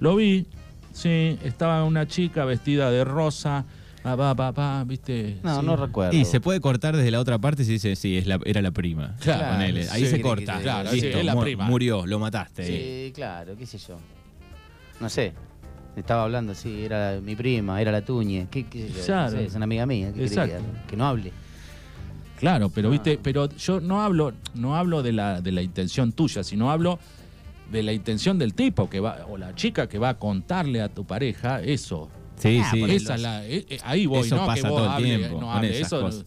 [SPEAKER 3] lo vi, sí, estaba una chica vestida de rosa, ah, va, va, va, viste.
[SPEAKER 2] No,
[SPEAKER 3] sí.
[SPEAKER 2] no recuerdo.
[SPEAKER 1] Y se puede cortar desde la otra parte si dice, sí, es la, era la prima.
[SPEAKER 3] Claro,
[SPEAKER 1] Ponele, Ahí
[SPEAKER 3] sí.
[SPEAKER 1] se corta.
[SPEAKER 3] Claro,
[SPEAKER 1] Listo,
[SPEAKER 3] sí, es la
[SPEAKER 1] mu-
[SPEAKER 3] prima.
[SPEAKER 1] Murió, lo mataste.
[SPEAKER 2] Sí, claro, qué sé yo. este, No sé. Estaba hablando, sí, era mi prima, era la tuñe. ¿Qué, qué sé yo?
[SPEAKER 3] Claro.
[SPEAKER 2] No sé, es una amiga mía. ¿qué querés que
[SPEAKER 3] Exacto.
[SPEAKER 2] haga? Que no hable.
[SPEAKER 3] Claro, pero viste, pero yo no hablo, no hablo de la, de la intención tuya, sino hablo de la intención del tipo que va, o la chica que va a contarle a tu pareja eso.
[SPEAKER 1] sí.
[SPEAKER 2] Ah,
[SPEAKER 1] sí.
[SPEAKER 2] ponele.
[SPEAKER 3] Esa es la, eh, eh, ahí voy,
[SPEAKER 1] Eso
[SPEAKER 3] no
[SPEAKER 1] pasa
[SPEAKER 3] que vos
[SPEAKER 1] todo el
[SPEAKER 3] hable,
[SPEAKER 1] tiempo,
[SPEAKER 3] no
[SPEAKER 1] con
[SPEAKER 3] hable.
[SPEAKER 1] esas
[SPEAKER 3] Eso, no-
[SPEAKER 1] cosas.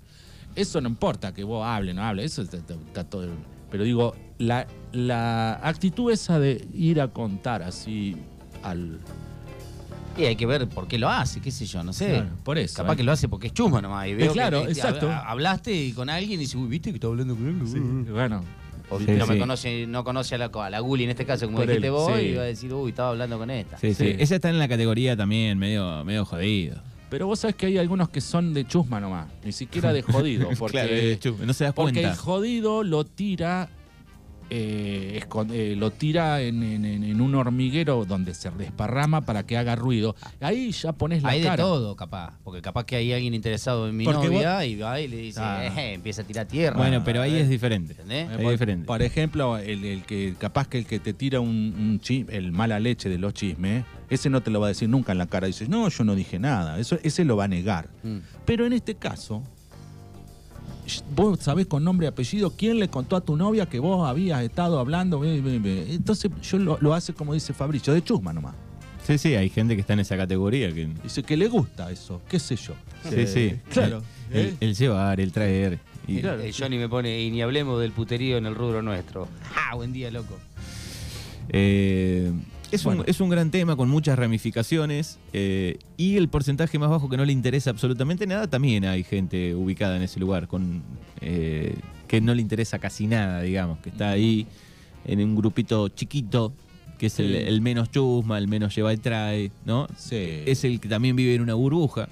[SPEAKER 3] eso no importa que vos hable, no hable, eso está, está- está todo. Pero digo, la, la actitud esa de ir a contar así al.
[SPEAKER 2] Y hay que ver por qué lo hace, qué sé yo, no sé.
[SPEAKER 3] Claro, por eso.
[SPEAKER 2] Capaz
[SPEAKER 3] ¿eh?
[SPEAKER 2] que lo hace porque es chuma nomás. Y veo que-
[SPEAKER 3] claro,
[SPEAKER 2] que-
[SPEAKER 3] exacto.
[SPEAKER 2] hab- Hablaste y con alguien y dices, uy, viste que está hablando con él.
[SPEAKER 3] Sí, bueno.
[SPEAKER 2] O
[SPEAKER 1] Sí,
[SPEAKER 2] no me
[SPEAKER 1] sí.
[SPEAKER 2] conoce, no conoce a la, a la Guli en este caso, como
[SPEAKER 3] Por
[SPEAKER 2] dijiste
[SPEAKER 3] él,
[SPEAKER 2] vos,
[SPEAKER 3] sí.
[SPEAKER 2] y va a decir, uy, estaba hablando con esta.
[SPEAKER 1] Sí, sí.
[SPEAKER 3] Sí.
[SPEAKER 1] Esa está en la categoría también, medio, medio jodido.
[SPEAKER 3] Pero vos sabés que hay algunos que son de chusma nomás, ni siquiera de jodido. Porque
[SPEAKER 1] Claro, eh, chu- no se das
[SPEAKER 3] Porque
[SPEAKER 1] cuenta.
[SPEAKER 3] el jodido lo tira. eh, escon- eh, lo tira en, en- en- en un hormiguero donde se desparrama para que haga ruido. Ahí ya pones la
[SPEAKER 2] hay
[SPEAKER 3] cara.
[SPEAKER 2] de todo, capaz. Porque capaz que hay alguien interesado en mi
[SPEAKER 3] Porque
[SPEAKER 2] novia y va y le dice,
[SPEAKER 3] Ah.
[SPEAKER 2] "Eh, empieza a tirar tierra.
[SPEAKER 1] Bueno, pero ahí
[SPEAKER 2] Eh,
[SPEAKER 1] es diferente.
[SPEAKER 2] ¿Entendés?
[SPEAKER 1] Es
[SPEAKER 3] por,
[SPEAKER 1] diferente.
[SPEAKER 3] por ejemplo, el, el que capaz que el que te tira un, un chi- el mala leche de los chismes, ese no te lo va a decir nunca en la cara. Dices, no, yo no dije nada. Eso, ese lo va a negar.
[SPEAKER 2] Mm.
[SPEAKER 3] Pero en este caso, sh- vos sabés con nombre y apellido quién le contó a tu novia que vos habías estado hablando. eh, eh, eh. Entonces yo lo, lo hace como dice Fabricio, de chusma nomás.
[SPEAKER 1] Sí, sí, hay gente que está en esa categoría. Que...
[SPEAKER 3] Dice que le gusta eso, qué sé yo.
[SPEAKER 1] Sí,
[SPEAKER 3] Eh,
[SPEAKER 1] sí.
[SPEAKER 3] Claro.
[SPEAKER 1] El, el llevar, el traer. y-
[SPEAKER 3] Claro.
[SPEAKER 2] El eh, Johnny me pone, y ni hablemos del puterío en el rubro nuestro. ¡Ah, buen día, loco!
[SPEAKER 1] Eh, es,
[SPEAKER 3] Bueno.
[SPEAKER 1] un, es un gran tema con muchas ramificaciones eh, y el porcentaje más bajo que no le interesa absolutamente nada, también hay gente ubicada en ese lugar con eh, que no le interesa casi nada, digamos, que está ahí en un grupito chiquito, que es el,
[SPEAKER 3] Sí.
[SPEAKER 1] el menos chusma, el menos lleva y trae, ¿no?
[SPEAKER 3] Sí.
[SPEAKER 1] Es el que también vive en una burbuja,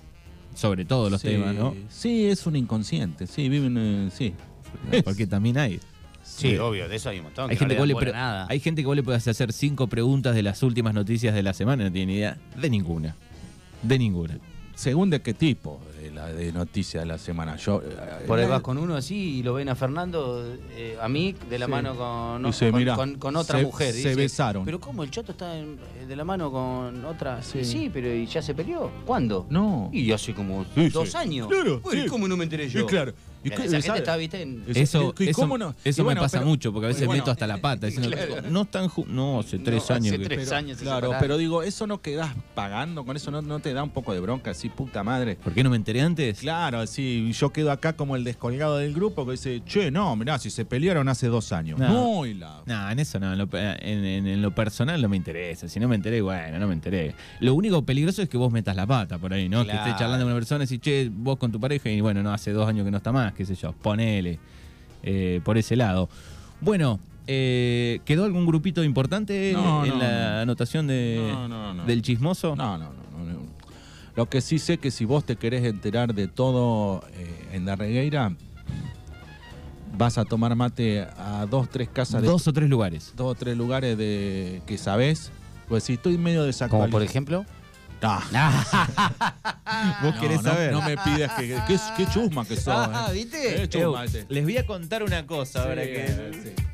[SPEAKER 1] sobre todo los
[SPEAKER 3] Sí.
[SPEAKER 1] temas, ¿no?
[SPEAKER 3] Sí, es un inconsciente. Sí, viven. eh, sí.
[SPEAKER 1] Porque también hay.
[SPEAKER 2] Sí, obvio, de eso hay un montón.
[SPEAKER 1] Hay
[SPEAKER 2] que no
[SPEAKER 1] gente, que vos
[SPEAKER 2] le
[SPEAKER 1] le
[SPEAKER 2] dan bola
[SPEAKER 1] pre-
[SPEAKER 2] a nada.
[SPEAKER 1] hay gente que vos le podés hacer cinco preguntas de las últimas noticias de la semana, no tiene ni idea de ninguna. De ninguna.
[SPEAKER 3] Según de qué tipo de, la, de noticia de la semana. Yo, eh,
[SPEAKER 2] Por ahí
[SPEAKER 3] eh,
[SPEAKER 2] vas con uno así y lo ven a Fernando, eh, a mí, de la
[SPEAKER 3] Sí.
[SPEAKER 2] mano con,
[SPEAKER 3] Y se
[SPEAKER 2] con-
[SPEAKER 3] mira,
[SPEAKER 2] con- con otra
[SPEAKER 3] se-
[SPEAKER 2] mujer.
[SPEAKER 3] se
[SPEAKER 2] Dice,
[SPEAKER 3] besaron.
[SPEAKER 2] Pero ¿cómo? El choto está en- eh, de la mano con otra.
[SPEAKER 3] Sí.
[SPEAKER 2] Sí, sí, pero ¿y ya se peleó? ¿Cuándo?
[SPEAKER 3] No.
[SPEAKER 2] Y hace como
[SPEAKER 3] Sí,
[SPEAKER 2] dos
[SPEAKER 3] sí.
[SPEAKER 2] años.
[SPEAKER 3] Claro,
[SPEAKER 2] Uy,
[SPEAKER 3] sí.
[SPEAKER 2] ¿Cómo no me enteré yo?
[SPEAKER 3] Y claro. ¿Y
[SPEAKER 2] Esa
[SPEAKER 3] qué-
[SPEAKER 2] gente
[SPEAKER 3] sabe?
[SPEAKER 2] está, viste, en-
[SPEAKER 3] Es-
[SPEAKER 1] Eso,
[SPEAKER 3] ¿y
[SPEAKER 1] eso,
[SPEAKER 3] cómo no?
[SPEAKER 1] eso
[SPEAKER 3] Y
[SPEAKER 1] me
[SPEAKER 3] bueno,
[SPEAKER 1] pasa
[SPEAKER 3] pero-
[SPEAKER 1] mucho, porque a veces
[SPEAKER 3] bueno,
[SPEAKER 1] meto hasta la pata. diciendo,
[SPEAKER 2] Claro.
[SPEAKER 1] No están ju- No, hace tres
[SPEAKER 2] No,
[SPEAKER 1] años.
[SPEAKER 2] hace
[SPEAKER 1] que-
[SPEAKER 2] tres.
[SPEAKER 3] Pero,
[SPEAKER 2] años se
[SPEAKER 3] Claro,
[SPEAKER 2] separaron.
[SPEAKER 3] pero digo, eso no quedás pagando con eso, no, no te da un poco de bronca, así, puta madre.
[SPEAKER 1] ¿Por qué no me enteré antes?
[SPEAKER 3] Claro, así, yo quedo acá como el descolgado del grupo que dice, che, no, mirá, si se pelearon hace dos años.
[SPEAKER 1] No.
[SPEAKER 3] No, y la.
[SPEAKER 1] No, en eso no, en lo, pe- en- en- en lo personal no me interesa. Si no me enteré, bueno, no me enteré. Lo único peligroso es que vos metas la pata por ahí, ¿no? Que
[SPEAKER 2] Claro.
[SPEAKER 1] estés charlando con una persona y decís, che, vos con tu pareja y bueno, no, hace dos años que no está más, qué sé yo, ponele eh, por ese lado. Bueno, eh, ¿quedó algún grupito importante
[SPEAKER 3] No,
[SPEAKER 1] en
[SPEAKER 3] no,
[SPEAKER 1] la
[SPEAKER 3] no.
[SPEAKER 1] anotación de,
[SPEAKER 3] No, no, no.
[SPEAKER 1] del chismoso?
[SPEAKER 3] No, no, no, no, no. Lo que sí sé que si vos te querés enterar de todo eh, en la regueira, vas a tomar mate a dos, tres casas de
[SPEAKER 1] Dos o tres lugares.
[SPEAKER 3] dos o tres lugares de que sabés. Pues si estoy medio desactualizado.
[SPEAKER 2] Como por ejemplo.
[SPEAKER 3] Ah,
[SPEAKER 1] ¿Vos
[SPEAKER 3] no,
[SPEAKER 1] querés
[SPEAKER 3] no,
[SPEAKER 1] saber? Ah,
[SPEAKER 3] No me pidas que. que- que- Qué chusma que sos. eh.
[SPEAKER 2] ¿viste?
[SPEAKER 3] Qué chusma, este.
[SPEAKER 1] les voy a contar una cosa ahora
[SPEAKER 3] Sí,
[SPEAKER 1] que.
[SPEAKER 3] sí.